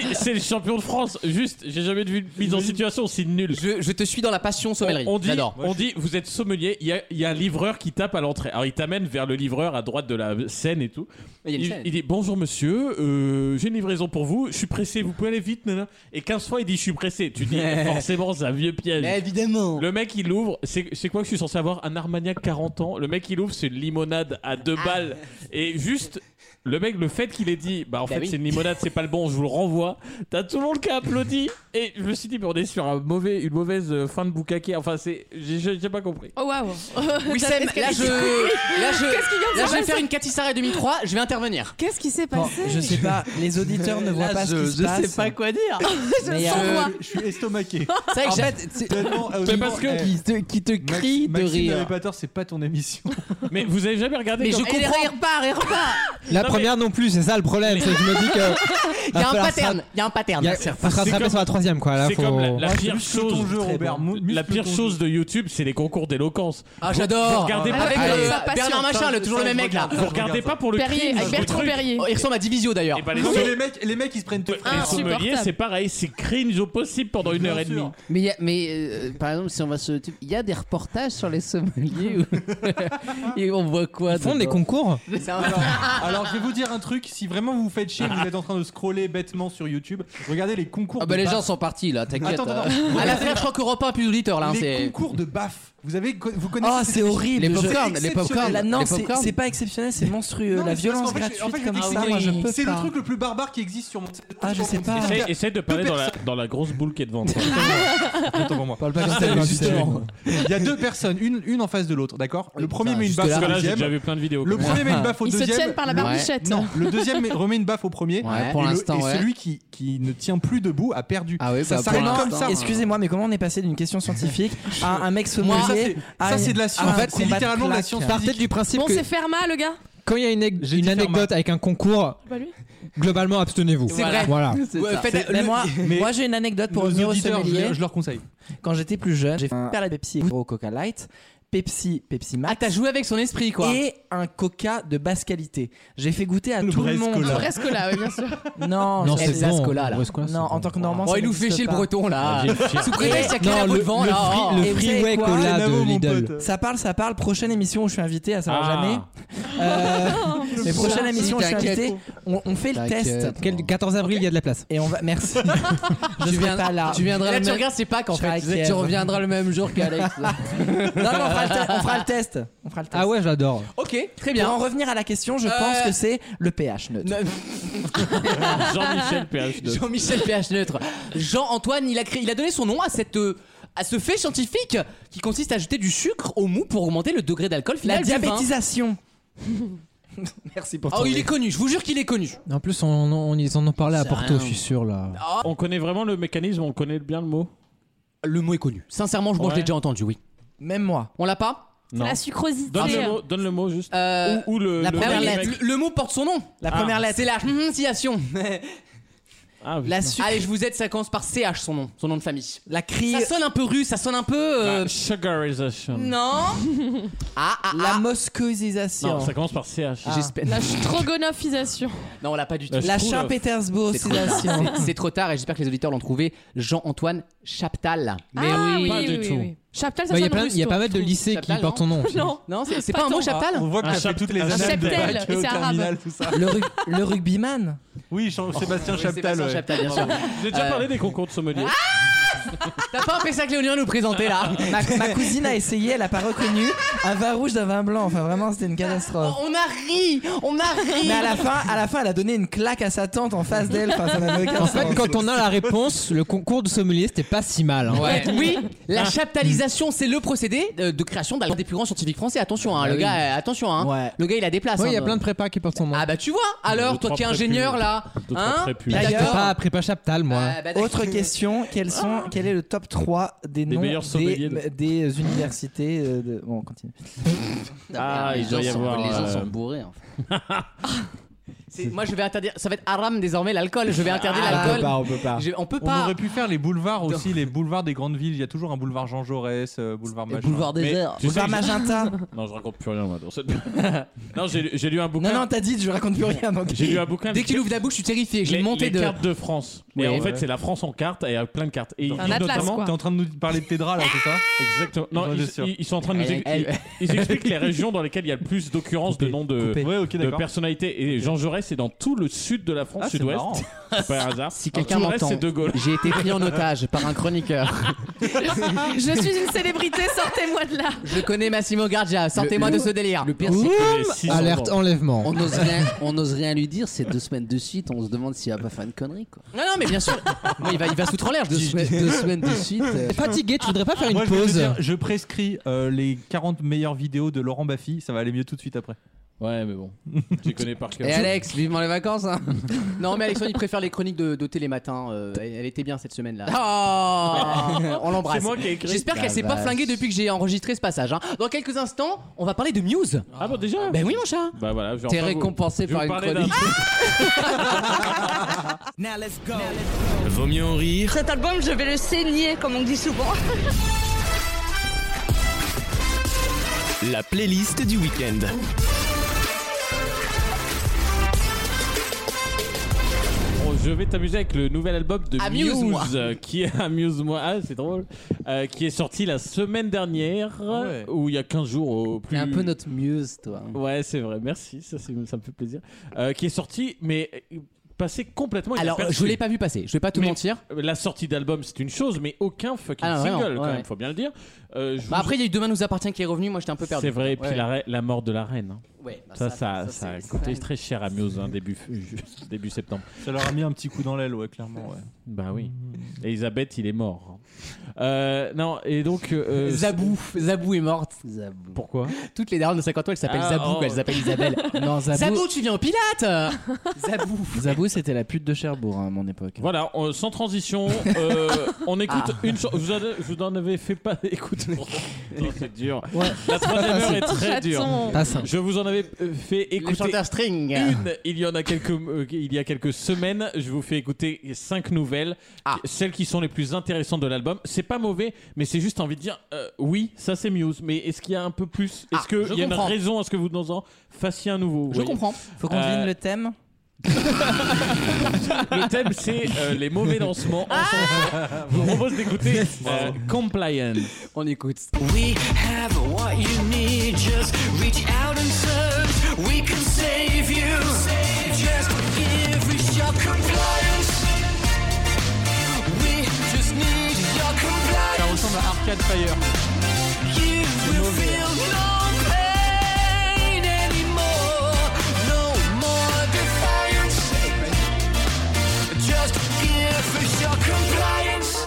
Speaker 4: tu dis, c'est le champion de France. Juste, j'ai jamais vu une mise en situation aussi nulle.
Speaker 2: Je, je te suis dans la passion sommellerie.
Speaker 4: On, on dit,
Speaker 2: J'adore.
Speaker 4: on dit, vous êtes sommelier, il y, a- il y a un livreur qui tape à l'entrée. Alors il t'amène vers le livreur à droite de la scène et tout.
Speaker 2: Il y a une scène.
Speaker 4: Il, il dit bonjour monsieur, euh, j'ai une livraison pour vous, je suis pressé, vous pouvez aller vite, nana. Et 15 fois il dit je suis pressé. Tu dis forcément c'est un vieux piège.
Speaker 2: Mais évidemment.
Speaker 4: Le mec il l'ouvre, c'est c'est quoi que je suis censé avoir Un Armagnac 40 ans. Le mec il ouvre, c'est une limonade à deux
Speaker 2: Ah.
Speaker 4: balles. Et juste, le mec, le fait qu'il ait dit, bah en
Speaker 2: Bah
Speaker 4: fait
Speaker 2: oui.
Speaker 4: c'est une limonade, c'est pas le bon, je vous le renvoie. T'as tout le monde qui a applaudi. Et je me suis dit, mais on est sur un mauvais, une mauvaise euh, fin de boucaquet. Enfin, c'est. J'ai j'ai- j'ai pas compris.
Speaker 6: Oh waouh.
Speaker 2: Oui,
Speaker 6: T'as-
Speaker 2: Sam,
Speaker 6: est-ce que-
Speaker 2: là je. Là je.
Speaker 6: Qu'est-ce qui vient de
Speaker 2: Là je
Speaker 6: se
Speaker 2: vais
Speaker 6: passer
Speaker 2: faire une Cathy Sarah 2003, je vais intervenir.
Speaker 6: Qu'est-ce qui s'est
Speaker 8: Bon,
Speaker 6: passé
Speaker 8: je sais pas, les auditeurs ne voient
Speaker 5: Là,
Speaker 8: pas
Speaker 5: Ah, je-
Speaker 8: ce qui se
Speaker 5: je
Speaker 8: passe.
Speaker 5: sais pas
Speaker 8: quoi dire. Mais
Speaker 6: Sans
Speaker 8: euh,
Speaker 6: voix.
Speaker 3: Je suis estomaqué.
Speaker 2: C'est vrai que
Speaker 5: En
Speaker 2: j'ai-
Speaker 5: fait, c'est-
Speaker 3: Tellement-
Speaker 4: C'est parce que-
Speaker 3: eh,
Speaker 5: qui te, qui te
Speaker 3: Max-
Speaker 5: crie de
Speaker 3: Maxime
Speaker 5: rire.
Speaker 3: n'avait pas tort, c'est pas ton émission.
Speaker 4: Mais vous avez jamais regardé
Speaker 2: Mais
Speaker 4: comme-
Speaker 2: je
Speaker 6: Elle
Speaker 2: comprends.
Speaker 6: rire pas, rire pas.
Speaker 7: La
Speaker 4: Non,
Speaker 7: première non plus, c'est ça le problème. C'est que je me dis que.
Speaker 2: Il y a un pattern. Il y a un pattern.
Speaker 7: Il y a- faut se rattraper
Speaker 4: comme-
Speaker 7: sur la troisième quoi. Ah Là,
Speaker 4: C'est
Speaker 7: faut.
Speaker 4: comme la, la pire
Speaker 3: muscle ton
Speaker 4: chose.
Speaker 3: jeu,
Speaker 4: Très
Speaker 3: Robert,
Speaker 4: bon.
Speaker 3: mu-
Speaker 4: La
Speaker 3: muscle
Speaker 4: pire
Speaker 3: ton
Speaker 4: chose de YouTube, c'est les concours d'éloquence.
Speaker 2: Ah
Speaker 4: Vous
Speaker 2: j'adore.
Speaker 4: regardez pas.
Speaker 2: Avec
Speaker 6: Ah,
Speaker 2: euh,
Speaker 6: sa passion.
Speaker 2: Bernard Machin, le- toujours le même mec là.
Speaker 4: Vous regardez pas pour le
Speaker 6: Perrier,
Speaker 4: crime,
Speaker 6: avec
Speaker 4: le
Speaker 6: Bertrand
Speaker 4: truc.
Speaker 6: Perrier.
Speaker 2: Il ressemble à Divisio d'ailleurs.
Speaker 4: Et bah, les
Speaker 3: Parce que les mecs, les mecs, ils se prennent de
Speaker 4: Les
Speaker 6: Ah,
Speaker 4: sommeliers,
Speaker 6: insupportable.
Speaker 4: c'est pareil, c'est cringe au possible pendant une heure et demie.
Speaker 5: Mais, il y a- mais euh, par exemple, si on va sur YouTube, il y a des reportages sur les sommeliers où... et on voit quoi
Speaker 7: Ils font des
Speaker 5: dedans
Speaker 7: concours
Speaker 3: Alors, alors, je vais vous dire un truc. Si vraiment vous vous faites chier, vous êtes en train de scroller bêtement sur YouTube, regardez les concours.
Speaker 5: Ah bah
Speaker 3: de
Speaker 5: les
Speaker 3: baf.
Speaker 5: gens sont partis là, t'inquiète.
Speaker 3: Attends, attends,
Speaker 5: hein.
Speaker 3: attends.
Speaker 2: euh. À la fin, je crois qu'Europe 1 plus d'auditeurs là. hein,
Speaker 3: les
Speaker 2: C'est.
Speaker 3: concours de baf. Vous avez, co- vous connaissez.
Speaker 8: Oh, c'est horrible.
Speaker 5: Les
Speaker 8: je-
Speaker 5: popcorn, les popcorn,
Speaker 8: Là, non,
Speaker 5: les
Speaker 8: c'est
Speaker 5: popcorn.
Speaker 8: c'est pas exceptionnel, c'est monstrueux.
Speaker 3: Non, mais
Speaker 8: la
Speaker 3: c'est parce
Speaker 8: violence
Speaker 3: qu'en fait, je-
Speaker 8: gratuite
Speaker 3: en fait, je vais
Speaker 8: comme
Speaker 3: t'expliquer.
Speaker 8: ça, moi, je peux
Speaker 3: C'est
Speaker 8: pas.
Speaker 3: le truc le plus barbare qui existe sur mon.
Speaker 8: Ah, je sais pas.
Speaker 4: Essaye, essaye de parler dans la, dans la grosse boule qui est devant toi.
Speaker 3: Attends pour moi.
Speaker 7: Parle pas comme ça, justement.
Speaker 3: Il y a deux personnes, une, une en face de l'autre, d'accord Le premier met une baffe
Speaker 4: Parce
Speaker 3: au
Speaker 4: que là, j'ai déjà
Speaker 3: deuxième.
Speaker 4: vu plein de vidéos.
Speaker 3: Le
Speaker 4: comme ça.
Speaker 3: premier met une baffe au
Speaker 6: Ils se
Speaker 3: deuxième.
Speaker 6: tiennent par la barbichette.
Speaker 3: Non, le deuxième met- remet une baffe au premier.
Speaker 5: Ouais, pour
Speaker 3: et le-
Speaker 5: l'instant,
Speaker 3: Et
Speaker 5: ouais.
Speaker 3: celui qui, qui ne tient plus debout a perdu.
Speaker 5: Ah ouais,
Speaker 3: ça
Speaker 5: bah,
Speaker 3: s'arrête
Speaker 5: pour
Speaker 3: comme
Speaker 5: l'instant,
Speaker 3: ça.
Speaker 5: hein.
Speaker 8: Excusez-moi, mais comment on est passé d'une question scientifique à un mec
Speaker 3: Moi, ça,
Speaker 8: sommelier
Speaker 5: ah,
Speaker 3: c'est- ça, c'est de la science. En fait, c'est littéralement de la science.
Speaker 7: Partez du principe
Speaker 6: Bon,
Speaker 7: que
Speaker 6: c'est Fermat, le gars
Speaker 7: quand il y a une,
Speaker 3: J'ai
Speaker 7: une
Speaker 3: dit
Speaker 7: anecdote avec un concours,
Speaker 6: Pas lui
Speaker 7: globalement, abstenez-vous.
Speaker 2: C'est vrai.
Speaker 7: Voilà.
Speaker 5: C'est
Speaker 2: Ouais,
Speaker 5: ça.
Speaker 2: faites-
Speaker 8: Mais
Speaker 2: le-
Speaker 8: moi,
Speaker 3: mais-
Speaker 8: moi j'ai une anecdote pour
Speaker 3: Nos
Speaker 8: revenir au
Speaker 3: auditeurs,
Speaker 8: sommelier.
Speaker 3: je, je leur conseille.
Speaker 8: Quand j'étais plus jeune, j'ai fait un la Pepsi au Coca Light, Pepsi, Pepsi
Speaker 2: Ah,
Speaker 8: Max
Speaker 2: t'as joué avec son esprit, quoi.
Speaker 8: et un Coca de basse qualité. J'ai fait goûter à
Speaker 3: Le
Speaker 8: tout le
Speaker 3: Brescola.
Speaker 8: monde.
Speaker 3: Voilà.
Speaker 6: Presque là, oui, bien sûr.
Speaker 8: Non,
Speaker 7: Non,
Speaker 8: j'ai-
Speaker 7: c'est
Speaker 2: Elsa
Speaker 7: bon.
Speaker 2: Scola, là.
Speaker 7: Broscola, c'est
Speaker 8: non,
Speaker 7: bon.
Speaker 8: en tant que normand,
Speaker 2: Oh,
Speaker 8: ça
Speaker 2: il nous fait
Speaker 8: n'existe
Speaker 2: chier le
Speaker 8: pas.
Speaker 2: breton,
Speaker 4: Ah,
Speaker 2: là. Sous prétexte, il y a que la
Speaker 7: Non,
Speaker 2: peau
Speaker 7: le,
Speaker 2: de vent,
Speaker 7: le
Speaker 2: là.
Speaker 7: free-
Speaker 2: Oh.
Speaker 7: le
Speaker 8: Et vous savez
Speaker 7: freeway
Speaker 8: quoi
Speaker 7: cola
Speaker 3: Bravo,
Speaker 7: de
Speaker 3: mon
Speaker 7: Lidl.
Speaker 3: pote.
Speaker 8: Ça parle, ça parle. Prochaine émission où je suis invité, à savoir
Speaker 4: Ah.
Speaker 8: jamais. Euh, mais prochaine émission où je suis
Speaker 5: T'inquiète.
Speaker 8: invité, on, on fait le test.
Speaker 5: T'inquiète.
Speaker 7: Quel- 14 avril, il y a de la place.
Speaker 8: Et on va. Merci. je
Speaker 5: Tu
Speaker 8: serai
Speaker 5: viens-
Speaker 8: pas là.
Speaker 5: Ah. Tu viendras
Speaker 2: Et là,
Speaker 5: le
Speaker 2: tu
Speaker 5: même-
Speaker 2: regardes, c'est pas qu'en
Speaker 8: Je serai à
Speaker 2: fait.
Speaker 8: Kiev.
Speaker 5: tu reviendras le même jour qu'Alex.
Speaker 8: Non, non, on fera, le te- on fera le test. On fera le test.
Speaker 7: Ah ouais, j'adore.
Speaker 2: Ok, très
Speaker 8: Pour
Speaker 2: bien.
Speaker 8: en revenir à la question, je pense
Speaker 2: Euh,
Speaker 8: que c'est le pH neutre.
Speaker 4: Ah. Jean-Michel PH2.
Speaker 2: Jean-Michel PH neutre. Jean-Antoine, il a créé, il a donné son nom à cette euh, à ce fait scientifique qui consiste à ajouter du sucre au mou pour augmenter le degré d'alcool final
Speaker 8: La
Speaker 2: du vin.
Speaker 8: diabétisation. Ah Merci pour
Speaker 2: Oh, il est connu, je vous jure qu'il est connu.
Speaker 7: En plus, on, on- ils en ont parlé à
Speaker 2: C'est
Speaker 7: Porto,
Speaker 2: rien.
Speaker 7: je suis sûr là. Bah,
Speaker 4: On connaît vraiment le mécanisme, on connaît bien le mot.
Speaker 2: Le mot est connu. Sincèrement, je, moi, je
Speaker 4: Ouais.
Speaker 2: l'ai déjà entendu, oui.
Speaker 8: Même moi.
Speaker 2: On l'a pas
Speaker 4: Non.
Speaker 10: La sucrosité.
Speaker 4: Donne le mot, donne le mot juste.
Speaker 2: Euh,
Speaker 4: ou, ou le,
Speaker 8: la
Speaker 4: le-
Speaker 8: première
Speaker 4: le
Speaker 8: lettre.
Speaker 4: mec.
Speaker 2: le, le mot porte son nom.
Speaker 8: La
Speaker 4: Ah.
Speaker 8: première lettre.
Speaker 2: C'est la prononciation.
Speaker 4: Ah,
Speaker 8: La
Speaker 4: putain.
Speaker 8: sucre.
Speaker 2: Allez, je vous aide, ça commence par CH son nom, son nom de famille.
Speaker 8: La crie.
Speaker 2: Ça sonne un peu russe, ça sonne un peu. euh,
Speaker 4: La sugarisation.
Speaker 2: Non Ah, ah,
Speaker 8: La
Speaker 2: ah.
Speaker 8: moscosisation.
Speaker 4: Non, ça commence par CH.
Speaker 2: J'espère.
Speaker 6: La strogonophisation.
Speaker 2: Ah. Non, on l'a pas du tout.
Speaker 4: La
Speaker 8: La
Speaker 4: Je trouve-
Speaker 8: Saint-Pétersbourgisation.
Speaker 2: C'est- C'est trop tard et j'espère que les auditeurs l'ont trouvé. Jean-Antoine Chaptal.
Speaker 4: Mais
Speaker 6: ah,
Speaker 4: oui.
Speaker 6: oui,
Speaker 4: Pas
Speaker 6: oui,
Speaker 4: du
Speaker 6: oui,
Speaker 4: tout.
Speaker 6: oui. Chaptal, ça
Speaker 7: Bah, Il y, a
Speaker 6: sonne
Speaker 7: plein-
Speaker 6: russe,
Speaker 7: il y a
Speaker 6: toi,
Speaker 7: pas mal
Speaker 6: je
Speaker 7: de
Speaker 6: trouve.
Speaker 7: lychés qui
Speaker 2: Chaptal,
Speaker 7: portent son nom. aussi.
Speaker 6: Non.
Speaker 2: Non, c'est c'est pas un
Speaker 6: Attends,
Speaker 2: mot Chaptal
Speaker 3: On voit que
Speaker 4: Un
Speaker 3: t'as fait
Speaker 4: chaptel,
Speaker 3: toutes les
Speaker 4: un
Speaker 3: annales de
Speaker 6: chaptel,
Speaker 3: Bac,
Speaker 6: et
Speaker 3: au
Speaker 6: c'est arabe.
Speaker 3: terminal, tout ça.
Speaker 8: le, rug- le rugbyman.
Speaker 3: Oui, Jean- Sébastien
Speaker 2: Oui,
Speaker 3: Chaptal.
Speaker 2: Sébastien
Speaker 3: ouais.
Speaker 2: Chaptal, bien sûr.
Speaker 4: J'ai déjà
Speaker 2: Euh,
Speaker 4: parlé des concours de sommelier.
Speaker 2: T'as pas un Pessac Léonien à nous présenter là
Speaker 8: Ma, ma cousine a essayé, elle a pas reconnu. Un vin rouge d'un vin blanc. Enfin, vraiment, c'était une catastrophe.
Speaker 2: On a ri On a ri
Speaker 8: Mais à la fin, à la fin, elle a donné une claque à sa tante en face d'elle. Enfin, ça n'avait aucun
Speaker 7: En
Speaker 8: sens.
Speaker 7: fait, quand on a la réponse, le concours de sommelier, c'était pas si mal. hein.
Speaker 2: Ouais. Oui, la chaptalisation, c'est le procédé euh, de création d'un des plus grands scientifiques français. Attention, hein, le gars, euh, attention, hein.
Speaker 8: Ouais.
Speaker 2: le gars, il a des places.
Speaker 7: Ouais, il y a
Speaker 2: hein.
Speaker 7: plein de prépas qui portent son nom.
Speaker 2: Ah bah tu vois, alors
Speaker 4: Deux,
Speaker 2: toi
Speaker 4: trois
Speaker 2: qui es
Speaker 4: prépuces.
Speaker 2: ingénieur là,
Speaker 4: Deux, trois
Speaker 2: hein
Speaker 4: prépuces.
Speaker 2: Pythagore.
Speaker 7: J'étais pas à prépa Chaptal, moi.
Speaker 2: Ah, bah, d'accord.
Speaker 8: Autre question, quels sont, quel est le top 3 des noms
Speaker 4: meilleurs sommeliers de-
Speaker 8: des, des universités euh, de... Bon, on continue.
Speaker 4: Ah,
Speaker 5: les
Speaker 4: il
Speaker 5: gens
Speaker 4: doit y
Speaker 5: sont-
Speaker 4: avoir,
Speaker 5: Les gens
Speaker 4: euh,
Speaker 5: sont bourrés. en fait.
Speaker 2: C'est- Moi je vais interdire, ça va être haram désormais l'alcool, je vais interdire
Speaker 5: Ah,
Speaker 2: l'alcool.
Speaker 8: on peut pas.
Speaker 2: Je- On peut
Speaker 3: On
Speaker 2: pas.
Speaker 3: aurait pu faire les boulevards aussi, les boulevards des grandes villes. Il y a toujours un boulevard Jean Jaurès, euh, boulevard machin.
Speaker 5: Boulevard
Speaker 4: Mais-
Speaker 5: désert.
Speaker 4: Tu sais que j'ai-
Speaker 8: Magenta.
Speaker 4: Non, je raconte plus rien moi, dans cette. non, j'ai lu- j'ai lu un
Speaker 8: Non,
Speaker 4: bouquin.
Speaker 8: non, t'as dit, je raconte plus rien. Donc...
Speaker 4: J'ai lu un bouquin.
Speaker 2: Dès qu'il ouvre la bouche, je suis terrifié, j'ai
Speaker 4: les,
Speaker 2: une montée
Speaker 4: les
Speaker 2: de.
Speaker 4: cartes de France.
Speaker 3: Oui,
Speaker 4: et en
Speaker 3: ouais.
Speaker 4: fait, c'est la France en cartes et il y a plein de cartes. Et ils
Speaker 6: Un
Speaker 4: disent
Speaker 6: atlas,
Speaker 4: notamment.
Speaker 6: quoi.
Speaker 3: T'es en train de nous parler de tes draps là, c'est ça
Speaker 4: Exactement. Non,
Speaker 3: J'en
Speaker 4: ils,
Speaker 3: ai sûr.
Speaker 4: ils- ils sont en train de nous.
Speaker 5: Elle-
Speaker 4: ex- Ils, ils expliquent les régions dans lesquelles il y a le plus d'occurrences de noms de.
Speaker 3: Ouais, ok,
Speaker 4: de
Speaker 3: d'accord.
Speaker 4: personnalité et Jean Jaurès c'est dans tout le sud de la France
Speaker 3: Ah, c'est
Speaker 4: sud-ouest
Speaker 3: marrant.
Speaker 4: c'est pas un hasard
Speaker 2: Si
Speaker 4: Dans
Speaker 2: quelqu'un
Speaker 4: tout le reste,
Speaker 2: m'entend,
Speaker 4: c'est De Gaulle
Speaker 2: j'ai été pris en otage par un chroniqueur.
Speaker 10: Je suis une célébrité, sortez-moi de là.
Speaker 2: Je connais Massimo Gardia, sortez-moi de ce
Speaker 8: Ah.
Speaker 2: délire.
Speaker 5: Le pire,
Speaker 7: Ouh,
Speaker 5: c'est
Speaker 7: Alerte enlèvement.
Speaker 5: qu'on n'ose rien, on n'ose rien lui dire. C'est deux semaines de suite. On se demande s'il va pas faire une connerie. Quoi.
Speaker 2: Non, non, mais bien sûr, Moi, il va, il va foutre en l'air. je
Speaker 5: Deux,
Speaker 2: dis-
Speaker 5: semaines- deux semaines de suite. euh,
Speaker 7: T'es fatigué, tu voudrais pas faire
Speaker 3: Moi,
Speaker 7: une
Speaker 3: je, vais te
Speaker 7: pause
Speaker 3: dire, je prescris euh, les 40 meilleures vidéos de Laurent Baffy, ça va aller mieux tout de suite après.
Speaker 4: ouais mais bon tu les connais par cœur
Speaker 5: Et Alex, vivement les vacances. hein.
Speaker 2: Non, mais Alexandre, il préfère les chroniques de, de Télématin. euh, elle elle était bien cette semaine-là. On
Speaker 4: c'est
Speaker 2: l'embrasse.
Speaker 4: moi qui ai écrit
Speaker 2: J'espère qu'elle
Speaker 5: La
Speaker 2: s'est pas
Speaker 5: vache.
Speaker 2: flinguée depuis que j'ai enregistré ce passage. hein. Dans quelques instants, on va parler de Muse.
Speaker 4: ah bon déjà
Speaker 2: Ben oui, mon chat.
Speaker 4: bah voilà je vais
Speaker 5: T'es
Speaker 4: enfin vous-
Speaker 5: récompensé
Speaker 4: je vais
Speaker 5: par
Speaker 4: vous
Speaker 5: une
Speaker 4: parler d'un
Speaker 5: chronique.
Speaker 4: truc.
Speaker 1: Vaut mieux en rire
Speaker 10: Cet album, je vais le saigner, comme on dit souvent.
Speaker 1: La playlist du week-end.
Speaker 4: Oh, je vais t'amuser avec le nouvel album de
Speaker 2: Amuse-moi.
Speaker 4: Muse euh, qui est Amuse-moi ah c'est drôle euh, qui est sorti la semaine dernière
Speaker 3: Ah ouais.
Speaker 4: ou il y a 15 jours au plus
Speaker 5: T'es un peu notre muse, toi.
Speaker 4: ouais c'est vrai merci ça, c'est- ça me fait plaisir Euh, qui est sorti mais euh, passé complètement
Speaker 2: Alors, je
Speaker 4: inaperçu.
Speaker 2: l'ai pas vu passer. Je vais pas te
Speaker 4: Mais-
Speaker 2: mentir.
Speaker 4: la sortie d'album c'est une chose mais aucun fucking
Speaker 2: Ah,
Speaker 4: single
Speaker 2: vraiment,
Speaker 4: quand
Speaker 2: ouais.
Speaker 4: même faut bien le dire Euh, je
Speaker 2: Bah,
Speaker 4: vous-
Speaker 2: après, il y a eu Demain nous appartient qui est revenu. Moi, j'étais un peu perdu.
Speaker 4: c'est vrai et puis
Speaker 2: Ouais.
Speaker 4: la, re- la mort de la reine hein.
Speaker 2: Ouais, bah,
Speaker 4: ça ça, ça, a
Speaker 2: c'est-
Speaker 4: coûté très cher à Muse hein, début début septembre
Speaker 3: Ça leur a mis un petit coup dans l'aile, ouais, clairement. Ouais.
Speaker 4: bah oui
Speaker 2: Mm.
Speaker 4: Elisabeth il est mort Euh, non et donc euh,
Speaker 2: Zabou, Zabou est morte.
Speaker 5: Zabou.
Speaker 4: pourquoi
Speaker 2: Toutes les darons de 50 ans, elles s'appellent
Speaker 4: Ah,
Speaker 2: Zabou,
Speaker 4: oh.
Speaker 2: elles s'appellent Isabelle.
Speaker 8: Non,
Speaker 2: Zabou, tu viens au Pilate Zabou.
Speaker 8: Zabou, c'était la pute de Cherbourg hein, à mon époque.
Speaker 4: Voilà, on- sans transition, euh, on écoute
Speaker 2: Ah.
Speaker 4: une chanson. Vous, en- je vous en avais fait pas écouter. Oh, c'est dur. La troisième heure est très dure.
Speaker 6: Chaton.
Speaker 7: Pas simple.
Speaker 4: Je vous en avait euh, fait écouter
Speaker 2: chantait un string.
Speaker 4: une il y en a quelques euh, il y a quelques semaines. Je vous fais écouter cinq nouvelles,
Speaker 2: Ah.
Speaker 4: qui- celles qui sont les plus intéressantes de l'album. C'est pas mauvais, mais c'est juste envie de dire euh, oui, ça c'est Muse. Mais est-ce qu'il y a un peu plus
Speaker 2: Ah,
Speaker 4: Est-ce que
Speaker 2: je
Speaker 4: qu'il y a une
Speaker 2: comprends.
Speaker 4: raison à ce que vous dans en fassiez un nouveau vous
Speaker 2: Je
Speaker 4: voyez
Speaker 2: comprends.
Speaker 8: Faut qu'on devine
Speaker 4: Euh,
Speaker 8: le thème.
Speaker 4: Le thème c'est euh, les mauvais lancements. en chanson. Je vous propose d'écouter euh, Compliant.
Speaker 2: On écoute.
Speaker 11: We have what you need. Just reach out and search. We can save you. Just give we shall compliance. We just need your
Speaker 3: Ça
Speaker 11: compliance.
Speaker 3: ressemble à Arcade Fire.
Speaker 11: You will feel no pain anymore. No more defiance. Just give we shall compliance.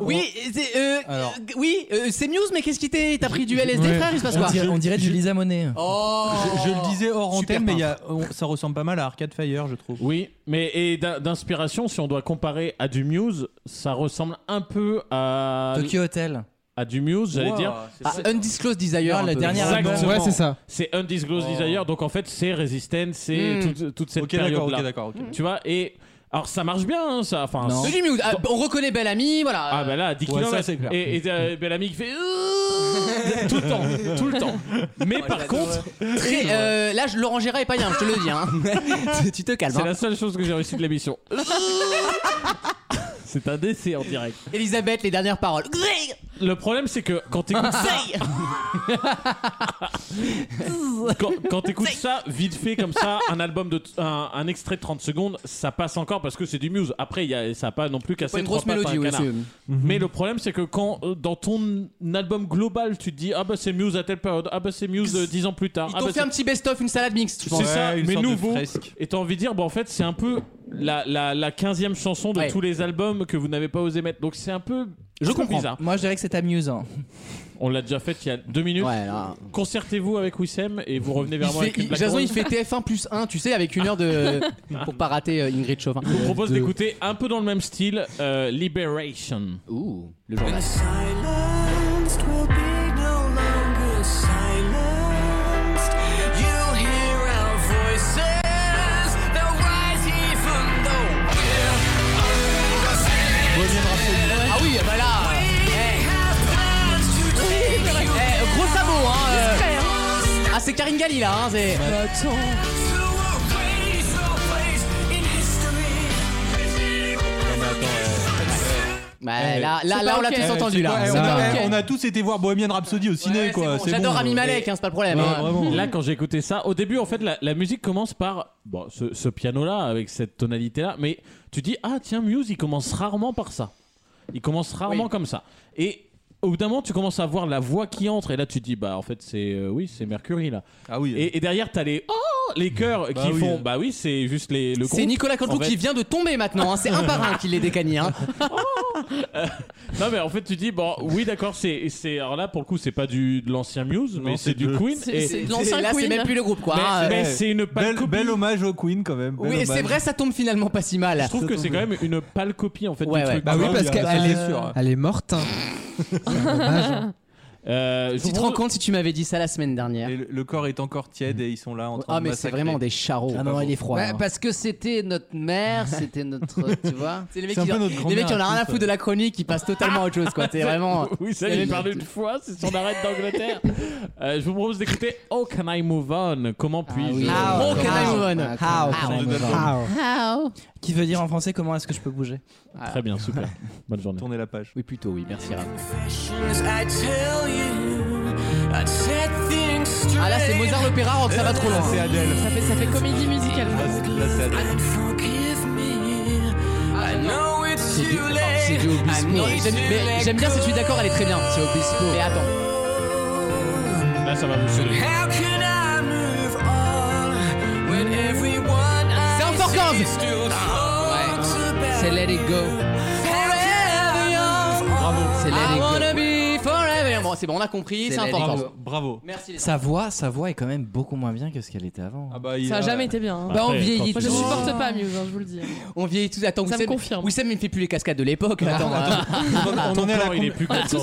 Speaker 2: Oui, c'est euh,
Speaker 3: Alors.
Speaker 2: euh, oui, euh, c'est Muse, mais qu'est-ce qui t'est T'as pris du LSD,
Speaker 3: Ouais.
Speaker 2: frère Il se passe
Speaker 8: On
Speaker 2: quoi
Speaker 8: dirait, on dirait du Lisa Monet.
Speaker 2: Oh
Speaker 3: Je, je le disais hors
Speaker 2: Super
Speaker 3: antenne, mais il y a- on- ça ressemble pas mal à Arcade Fire, je trouve.
Speaker 4: Oui, mais et d'in- d'inspiration, si on doit comparer à du Muse, ça ressemble un peu à
Speaker 8: Tokyo Hotel.
Speaker 4: à du Muse, j'allais
Speaker 3: Wow,
Speaker 4: dire.
Speaker 3: c'est
Speaker 2: Ah,
Speaker 3: ça.
Speaker 2: Undisclosed Desire,
Speaker 8: Ah,
Speaker 2: un
Speaker 8: la
Speaker 2: peu.
Speaker 8: dernière
Speaker 4: Exactement.
Speaker 7: Ouais, c'est ça.
Speaker 4: C'est Undisclosed
Speaker 3: Oh. Hmm.
Speaker 4: Desire, donc en fait c'est Resistance, c'est
Speaker 2: Mm.
Speaker 4: toute, toute cette
Speaker 3: Ok, d'accord,
Speaker 4: période-là.
Speaker 3: ok, d'accord. ok.
Speaker 4: tu vois, et alors ça marche bien, hein, ça. Enfin,
Speaker 2: C'est du
Speaker 4: c'est-
Speaker 2: Muse. Ah, on reconnaît Belle Amie, voilà.
Speaker 4: Ah bah là, 10
Speaker 3: Ouais, ça,
Speaker 4: km.
Speaker 3: c'est clair.
Speaker 4: Et, et euh, Bellamy qui fait tout le temps, tout le temps.
Speaker 3: Ah,
Speaker 4: Mais par contre,
Speaker 2: Très, euh, là, je- Laurent Gérard est pas bien, je te le dis. hein. tu te calmes.
Speaker 4: c'est
Speaker 2: hein.
Speaker 4: la seule chose que j'ai réussi de l'émission. C'est un décès en direct.
Speaker 2: Elisabeth, les dernières paroles.
Speaker 4: Le problème, c'est que quand t'écoutes
Speaker 2: Conseil
Speaker 4: quand, quand t'écoutes ça vite fait comme ça un album de t- un, un extrait de 30 secondes ça passe encore parce que c'est du Muse après il y a, ça a pas non plus cassé
Speaker 2: Pas une
Speaker 4: trois
Speaker 2: grosse
Speaker 4: pattes à un
Speaker 2: mélodie, oui.
Speaker 4: canard. Ah, mais le problème c'est que quand euh, dans ton album global tu te dis ah bah c'est Muse à telle période ah bah c'est Muse euh, 10 ans plus tard
Speaker 2: Ils
Speaker 4: ah
Speaker 2: t'ont
Speaker 4: bah,
Speaker 2: fait
Speaker 4: c'est-
Speaker 2: un petit best-of, une salade mixte, je pense.
Speaker 4: c'est ça
Speaker 3: Ouais, une
Speaker 4: mais
Speaker 3: sorte de
Speaker 4: nouveau
Speaker 3: fresque.
Speaker 4: et t'as envie de dire bon en fait c'est un peu la, la, la 15e chanson de
Speaker 2: Ouais.
Speaker 4: tous les albums que vous n'avez pas osé mettre donc c'est un peu
Speaker 2: Je
Speaker 4: un peu
Speaker 2: comprends.
Speaker 4: bizarre.
Speaker 8: Moi, je dirais que c'est amusant.
Speaker 4: on l'a déjà fait il y a deux minutes
Speaker 2: Ouais, là.
Speaker 4: concertez-vous avec Wissem et vous revenez vers
Speaker 2: Il
Speaker 4: moi
Speaker 2: fait-
Speaker 4: avec une
Speaker 2: il-
Speaker 4: blague
Speaker 2: Jason,
Speaker 4: drôle.
Speaker 2: il fait TF1 plus 1, tu sais, avec une heure de. pour pas rater euh, Ingrid Chauvin.
Speaker 4: Je vous propose d'écouter un peu dans le même style euh, Liberation.
Speaker 2: Ouh, le journal.
Speaker 11: Silenced will be no longer silenced. You'll hear our voices. They'll rise even though we're
Speaker 2: Ah oui, bah là
Speaker 11: plans to take you
Speaker 2: eh, Gros sabot, hein euh. Ah, c'est Karine Galli là, hein, c'est.
Speaker 11: to a place, a place in history.
Speaker 2: Bah, là, là,
Speaker 6: C'est
Speaker 2: là,
Speaker 6: pas
Speaker 2: on l'a
Speaker 6: ok.
Speaker 2: tous
Speaker 3: Eh,
Speaker 2: entendu
Speaker 3: c'est
Speaker 2: là.
Speaker 3: quoi, eh,
Speaker 2: C'est
Speaker 3: on,
Speaker 2: pas
Speaker 3: a,
Speaker 2: ok.
Speaker 3: eh, on a tous été voir Bohemian Rhapsody au ciné,
Speaker 2: Ouais, c'est
Speaker 3: quoi.
Speaker 2: bon.
Speaker 3: c'est
Speaker 2: J'adore
Speaker 3: bon,
Speaker 2: Rami
Speaker 3: euh,
Speaker 2: Malek, hein, c'est pas le problème.
Speaker 3: Ouais,
Speaker 2: hein.
Speaker 3: vraiment.
Speaker 4: Là, quand j'ai écouté ça, au début, en fait, la, la musique commence par bon, ce, ce piano-là, avec cette tonalité-là, mais tu dis, ah tiens, Muse, il commence rarement par ça. Il commence rarement
Speaker 2: Oui.
Speaker 4: comme ça. Et au bout d'un moment, tu commences à voir la voix qui entre, et là, tu te dis, bah en fait, c'est euh, oui, c'est Mercury, là.
Speaker 3: Ah oui.
Speaker 4: Et, et derrière, t'as les oh, les chœurs
Speaker 3: Bah
Speaker 4: qui
Speaker 3: oui.
Speaker 4: font, bah oui, c'est juste les, le
Speaker 2: C'est
Speaker 4: groupe.
Speaker 2: Nicolas Cantelou
Speaker 4: en fait.
Speaker 2: qui vient de tomber maintenant, hein, c'est un par un qui les décanie. Hein.
Speaker 4: Non, mais en fait, tu dis, bon, oui, d'accord, c'est. c'est- Alors là, pour le coup, c'est pas du, de l'ancien Muse, mais
Speaker 3: c'est
Speaker 4: c'est du
Speaker 3: de-
Speaker 4: Queen. et-
Speaker 6: c'est de l'ancien
Speaker 2: Là, c'est
Speaker 6: Queen.
Speaker 2: même plus le groupe quoi.
Speaker 4: Mais,
Speaker 2: hein, euh.
Speaker 4: mais c'est une pâle
Speaker 3: Bel,
Speaker 4: copie.
Speaker 3: bel hommage au Queen, quand même. bel
Speaker 2: Oui, c'est
Speaker 3: hommage.
Speaker 2: vrai, ça tombe finalement pas si mal.
Speaker 4: Je trouve que c'est quand même une pâle copie en fait
Speaker 2: Ouais,
Speaker 4: du
Speaker 2: ouais.
Speaker 4: truc.
Speaker 7: Bah oui,
Speaker 3: Ah
Speaker 7: parce
Speaker 3: ah,
Speaker 7: qu'elle
Speaker 3: ça,
Speaker 7: est-
Speaker 3: c'est sûr.
Speaker 7: Elle est morte. Ah, hein.
Speaker 4: Euh, je
Speaker 2: Tu te
Speaker 4: vous-
Speaker 2: rends compte si tu m'avais dit ça la semaine dernière
Speaker 3: Et le, le corps est encore tiède et ils sont là en train
Speaker 2: Ah,
Speaker 3: de
Speaker 2: mais c'est
Speaker 3: massacrer.
Speaker 2: vraiment des charros.
Speaker 3: Ah non, il est
Speaker 2: froid. hein.
Speaker 5: Ouais, parce que c'était notre mère, c'était notre. tu vois
Speaker 2: C'est les mecs
Speaker 3: C'est un
Speaker 2: qui
Speaker 3: peu
Speaker 2: ont-
Speaker 3: notre
Speaker 2: les mecs
Speaker 3: grand-mère Ah.
Speaker 2: qui en ont
Speaker 3: à
Speaker 2: rien à
Speaker 3: tous,
Speaker 2: foutre de la chronique, qui passent totalement à autre chose quoi. C'est vraiment. euh,
Speaker 4: Oui, ça,
Speaker 2: Il y
Speaker 4: j'ai
Speaker 2: a
Speaker 4: parlé
Speaker 2: une-
Speaker 4: une fois, c'est son arrête d'Angleterre. Euh, je vous propose d'écouter Oh Can I Move On Comment puis-je
Speaker 2: Ah,
Speaker 5: How
Speaker 2: oh, can I
Speaker 5: How
Speaker 2: move on
Speaker 8: How
Speaker 3: Change
Speaker 7: hein.
Speaker 5: How
Speaker 3: d'album.
Speaker 7: Ah.
Speaker 8: Qui veut dire en français comment est-ce que je peux bouger
Speaker 4: Très bien, super. Bonne journée.
Speaker 3: Tournez la page.
Speaker 2: Oui, plutôt, oui, merci. Raph.
Speaker 11: Confessions I tell you. I'd set things straight.
Speaker 2: Ah là, c'est Mozart l'opéra, rock, ça va trop loin.
Speaker 3: C'est Adèle.
Speaker 6: Ça fait, ça fait comédie musicale.
Speaker 3: Là, c'est- là, c'est Adèle.
Speaker 11: And forgive me.
Speaker 3: Ah,
Speaker 11: I know it's too late.
Speaker 5: du
Speaker 11: I
Speaker 5: Obispo.
Speaker 11: know
Speaker 2: Non,
Speaker 11: it's
Speaker 2: j'aime-
Speaker 11: too
Speaker 2: mais
Speaker 11: late.
Speaker 2: J'aime bien, si tu es d'accord, elle est très bien. C'est Obispo. Mais attends.
Speaker 4: Là, ça va vous saouler.
Speaker 11: How can I move on when everyone I
Speaker 2: C'est encore
Speaker 11: see
Speaker 2: Gans.
Speaker 11: still talks about
Speaker 5: C'est Let It Go.
Speaker 11: Forever young.
Speaker 5: C'est Let
Speaker 2: I
Speaker 5: It Go.
Speaker 2: wanna be forever. Bon, bon, c'est bon, on a compris, c'est
Speaker 8: C'est la
Speaker 2: important.
Speaker 8: Ligue.
Speaker 3: Bravo.
Speaker 2: Merci les
Speaker 8: Sa voix, sa voix est quand même beaucoup moins bien que ce qu'elle était avant.
Speaker 3: Ah bah,
Speaker 6: il Ça a a- jamais été bien, hein.
Speaker 2: Bah, on vieillit
Speaker 6: Moi, je
Speaker 2: tous.
Speaker 6: supporte pas Muse, hein, je vous le dis.
Speaker 2: On vieillit tous. Attends,
Speaker 6: Ça me
Speaker 2: Wissem, Wissem, il ne fait plus les cascades de l'époque.
Speaker 3: Ah,
Speaker 2: Attends,
Speaker 3: on en est à la combi-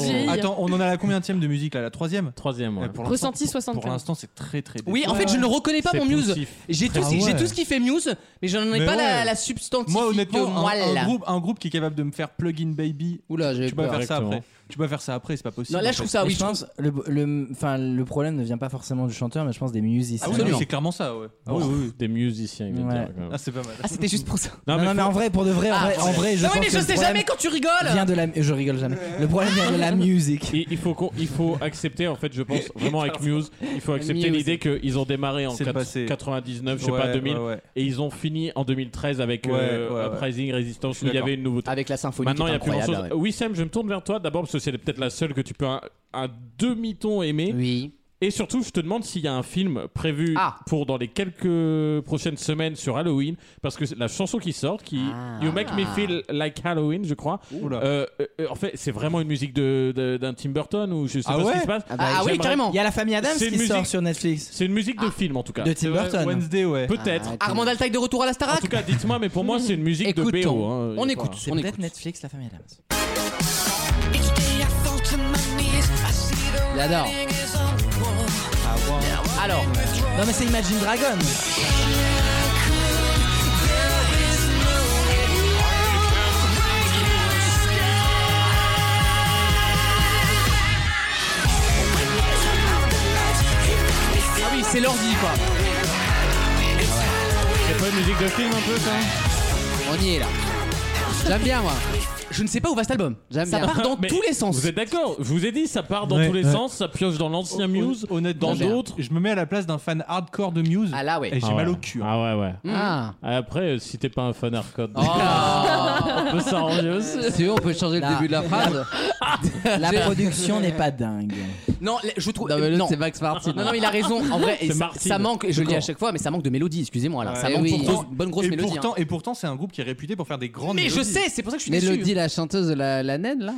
Speaker 6: vieilli.
Speaker 3: Attends, on en est à la combientième de musique là La troisième
Speaker 4: hein. Troisième,
Speaker 3: Ah. ouais. Pour l'instant,
Speaker 6: Ressenti 75.
Speaker 3: pour l'instant, c'est très très
Speaker 2: Oui, en
Speaker 3: décevant.
Speaker 2: fait, je ne reconnais pas
Speaker 3: C'est
Speaker 2: mon Muse.
Speaker 3: poussif.
Speaker 2: J'ai tout,
Speaker 3: Ah
Speaker 2: j'ai
Speaker 3: ouais.
Speaker 2: tout ce qui fait Muse, mais je n'en ai
Speaker 3: Mais
Speaker 2: pas la,
Speaker 3: ouais.
Speaker 2: la substantifique
Speaker 3: Moi, honnêtement, un,
Speaker 2: moelle.
Speaker 3: un groupe, un groupe qui est capable de me faire plug-in baby.
Speaker 5: Oula,
Speaker 3: tu peux pas
Speaker 5: peur.
Speaker 3: faire ça
Speaker 5: Exactement.
Speaker 3: après. Tu peux pas faire ça après, c'est pas possible. en fait.
Speaker 5: Mais Je pense le, le, enfin, le problème ne vient pas forcément du chanteur, mais je pense des musiciens.
Speaker 3: Ah oui, oui, c'est clairement ça, ouais. Ah oui, oui, oui.
Speaker 4: Oh, Des musiciens, il vient de
Speaker 5: Ouais.
Speaker 4: dire. quand même.
Speaker 3: Ah, c'est pas mal.
Speaker 2: Ah, c'était juste pour ça.
Speaker 5: Non, mais,
Speaker 4: faut-
Speaker 5: en vrai, pour de vrai, en
Speaker 2: Ah,
Speaker 5: vrai, en vrai, je
Speaker 2: non,
Speaker 5: pense
Speaker 2: mais
Speaker 5: que
Speaker 2: je
Speaker 5: le
Speaker 2: sais
Speaker 5: problème
Speaker 2: jamais quand tu rigoles.
Speaker 5: Vient de la, je rigole jamais. Le problème vient de la musique.
Speaker 4: Il, il faut qu'on- il faut accepter en fait je pense vraiment avec Muse il faut accepter
Speaker 5: Muse.
Speaker 4: l'idée qu'ils ont démarré en
Speaker 3: C'est le
Speaker 4: quat-
Speaker 3: passé.
Speaker 4: 99 je sais pas
Speaker 3: Ouais,
Speaker 4: 2000
Speaker 3: ouais, ouais.
Speaker 4: et ils ont fini en 2013 avec euh,
Speaker 3: Ouais, ouais, ouais.
Speaker 4: Uprising
Speaker 3: Je
Speaker 4: Resistance
Speaker 3: suis
Speaker 4: où il y
Speaker 3: d'accord.
Speaker 4: avait une nouveauté
Speaker 2: avec la symphonie
Speaker 4: maintenant
Speaker 2: qui est
Speaker 4: il y a plus grand chose
Speaker 2: incroyable,
Speaker 4: oui Sam je me tourne vers toi d'abord parce que c'est peut-être la seule que tu peux un, un demi-ton aimer
Speaker 2: oui
Speaker 4: et surtout, je te demande s'il y a un film prévu
Speaker 2: Ah.
Speaker 4: pour dans les quelques prochaines semaines sur Halloween, parce que c'est la chanson qui sort, qui
Speaker 2: Ah.
Speaker 4: You Make Me Feel Like Halloween, je crois.
Speaker 3: Ah.
Speaker 4: Euh, euh, euh, en fait, c'est vraiment une musique de- de- d'un Tim Burton ou je sais
Speaker 8: Ah
Speaker 4: pas ce
Speaker 8: ouais
Speaker 4: qui se passe.
Speaker 8: Ah bah, Ah oui, j'aimerais- carrément. Il y a La Famille Adams
Speaker 4: C'est une
Speaker 8: qui sort sur Netflix.
Speaker 4: C'est une musique de
Speaker 2: Ah.
Speaker 4: film en tout cas.
Speaker 8: De Tim
Speaker 4: C'est vrai,
Speaker 8: Burton.
Speaker 3: Wednesday, ouais.
Speaker 4: Peut-être.
Speaker 2: Armand Altaï de retour à la Starac.
Speaker 4: En tout cas, dites-moi, mais pour moi, c'est une musique de
Speaker 2: Ah, Écoutons.
Speaker 4: BO. hein.
Speaker 2: On
Speaker 4: Enfin,
Speaker 2: écoute.
Speaker 8: C'est
Speaker 2: on
Speaker 8: peut-être Netflix, La Famille Adams.
Speaker 2: J'adore. Alors.
Speaker 8: Non mais c'est Imagine Dragon.
Speaker 2: Ah oui, c'est l'ordi quoi.
Speaker 4: C'est pas une musique de film un peu ça
Speaker 2: On y est là. J'aime bien moi. Je ne sais pas où va cet album. J'aime Ça
Speaker 4: bien.
Speaker 2: part dans
Speaker 4: Mais
Speaker 2: tous les sens.
Speaker 4: Vous êtes d'accord Je vous ai dit, ça part dans
Speaker 3: Ouais.
Speaker 4: tous les
Speaker 3: Ouais.
Speaker 4: sens, ça pioche dans l'ancien Muse,
Speaker 3: Honnêtement,
Speaker 4: dans d'autres.
Speaker 3: Je me mets à la place d'un fan hardcore de Muse.
Speaker 2: Ah là, ouais.
Speaker 3: Et j'ai
Speaker 4: Ah
Speaker 3: mal
Speaker 4: ouais.
Speaker 3: au cul. hein.
Speaker 4: Ah ouais, ouais.
Speaker 2: Ah.
Speaker 4: Après, euh, si t'es pas un fan hardcore,
Speaker 5: Ah.
Speaker 2: Oh.
Speaker 4: on peut s'arranger aussi.
Speaker 5: Si on peut changer le
Speaker 2: Là.
Speaker 5: début de la phrase.
Speaker 8: La production n'est pas dingue.
Speaker 2: Non, le- je trouve.
Speaker 5: Non, mais l'autre,
Speaker 2: non.
Speaker 5: c'est Max Martin.
Speaker 2: Non, non, mais il a raison. En vrai, et
Speaker 4: C'est
Speaker 2: ça,
Speaker 4: Martin.
Speaker 2: ça manque. Je le dis à
Speaker 4: D'accord.
Speaker 2: chaque fois, mais ça manque de mélodie. Excusez-moi là. Ça
Speaker 5: Eh
Speaker 2: manque
Speaker 5: oui.
Speaker 2: de grosse- bonne grosse
Speaker 3: et
Speaker 2: mélodie.
Speaker 3: pourtant,
Speaker 2: hein.
Speaker 3: et pourtant, c'est un groupe qui est réputé pour faire des grandes
Speaker 2: Mais je
Speaker 3: mélodies.
Speaker 2: sais, c'est pour ça que je suis
Speaker 5: Mélodie,
Speaker 2: déçu.
Speaker 5: la chanteuse de la, la naine, là.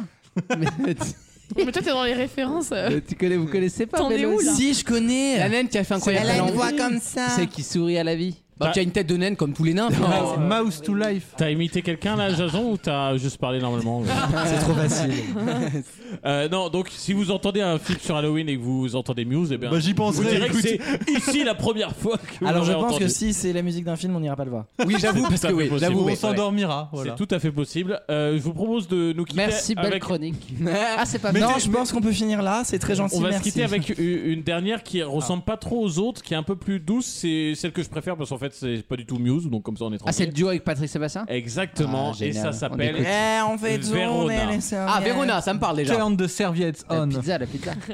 Speaker 5: Mais tu-
Speaker 6: Mais toi, t'es dans les références. euh.
Speaker 5: mais tu connais, vous connaissez pas
Speaker 6: T'en es
Speaker 5: Mélodie
Speaker 6: où, là
Speaker 8: Si je connais.
Speaker 2: La naine qui a fait un incroyable.
Speaker 8: Elle a une
Speaker 2: talent.
Speaker 8: voix comme ça.
Speaker 5: C'est qui sourit à la vie.
Speaker 2: Bah, qui a une tête de naine comme tous les hein. nains. finalement.
Speaker 3: Mouse- Mouse to Life.
Speaker 4: T'as imité quelqu'un là, Jason, ou t'as juste parlé normalement
Speaker 8: C'est trop facile.
Speaker 4: Euh, Non, donc si vous entendez un film sur Halloween et que vous entendez Muse, eh bien,
Speaker 3: Bah, j'y
Speaker 4: vous
Speaker 3: penserais.
Speaker 4: direz que
Speaker 3: écoute.
Speaker 4: c'est ici la première fois que vous
Speaker 8: Alors,
Speaker 5: je
Speaker 4: l'aurez
Speaker 5: pense
Speaker 4: entendu.
Speaker 8: que si c'est la musique d'un film, on n'ira pas le voir.
Speaker 2: Oui, j'avoue,
Speaker 4: C'est
Speaker 2: parce
Speaker 4: tout à
Speaker 2: que
Speaker 4: fait
Speaker 2: oui,
Speaker 4: possible.
Speaker 2: j'avoue.
Speaker 4: On
Speaker 2: ouais,
Speaker 3: On s'endormira. Voilà.
Speaker 4: C'est tout à fait possible. Euh, je vous propose de nous quitter.
Speaker 5: Merci, belle
Speaker 4: avec-
Speaker 5: chronique.
Speaker 2: ouais.
Speaker 5: Ah, c'est pas
Speaker 8: non, je pense qu'on peut finir là. C'est très gentil.
Speaker 4: On va
Speaker 8: merci.
Speaker 4: se quitter avec u- une dernière qui ressemble pas trop aux autres, qui est un peu plus douce. C'est celle que je préfère parce qu'en fait, c'est pas du tout Muse, donc comme ça on est
Speaker 5: Ah, c'est
Speaker 4: tranquille.
Speaker 5: le duo avec Patrick Sébastien
Speaker 4: Exactement.
Speaker 5: Ah,
Speaker 4: et ça
Speaker 5: génial. On
Speaker 4: s'appelle
Speaker 5: écoute.
Speaker 8: Eh, on fait
Speaker 4: Vérona.
Speaker 8: tourner les serviettes.
Speaker 2: Ah, Vérona, ça me parle déjà.
Speaker 3: Turn the serviettes
Speaker 5: La
Speaker 3: on.
Speaker 5: pizza, la pizza.
Speaker 2: Ah,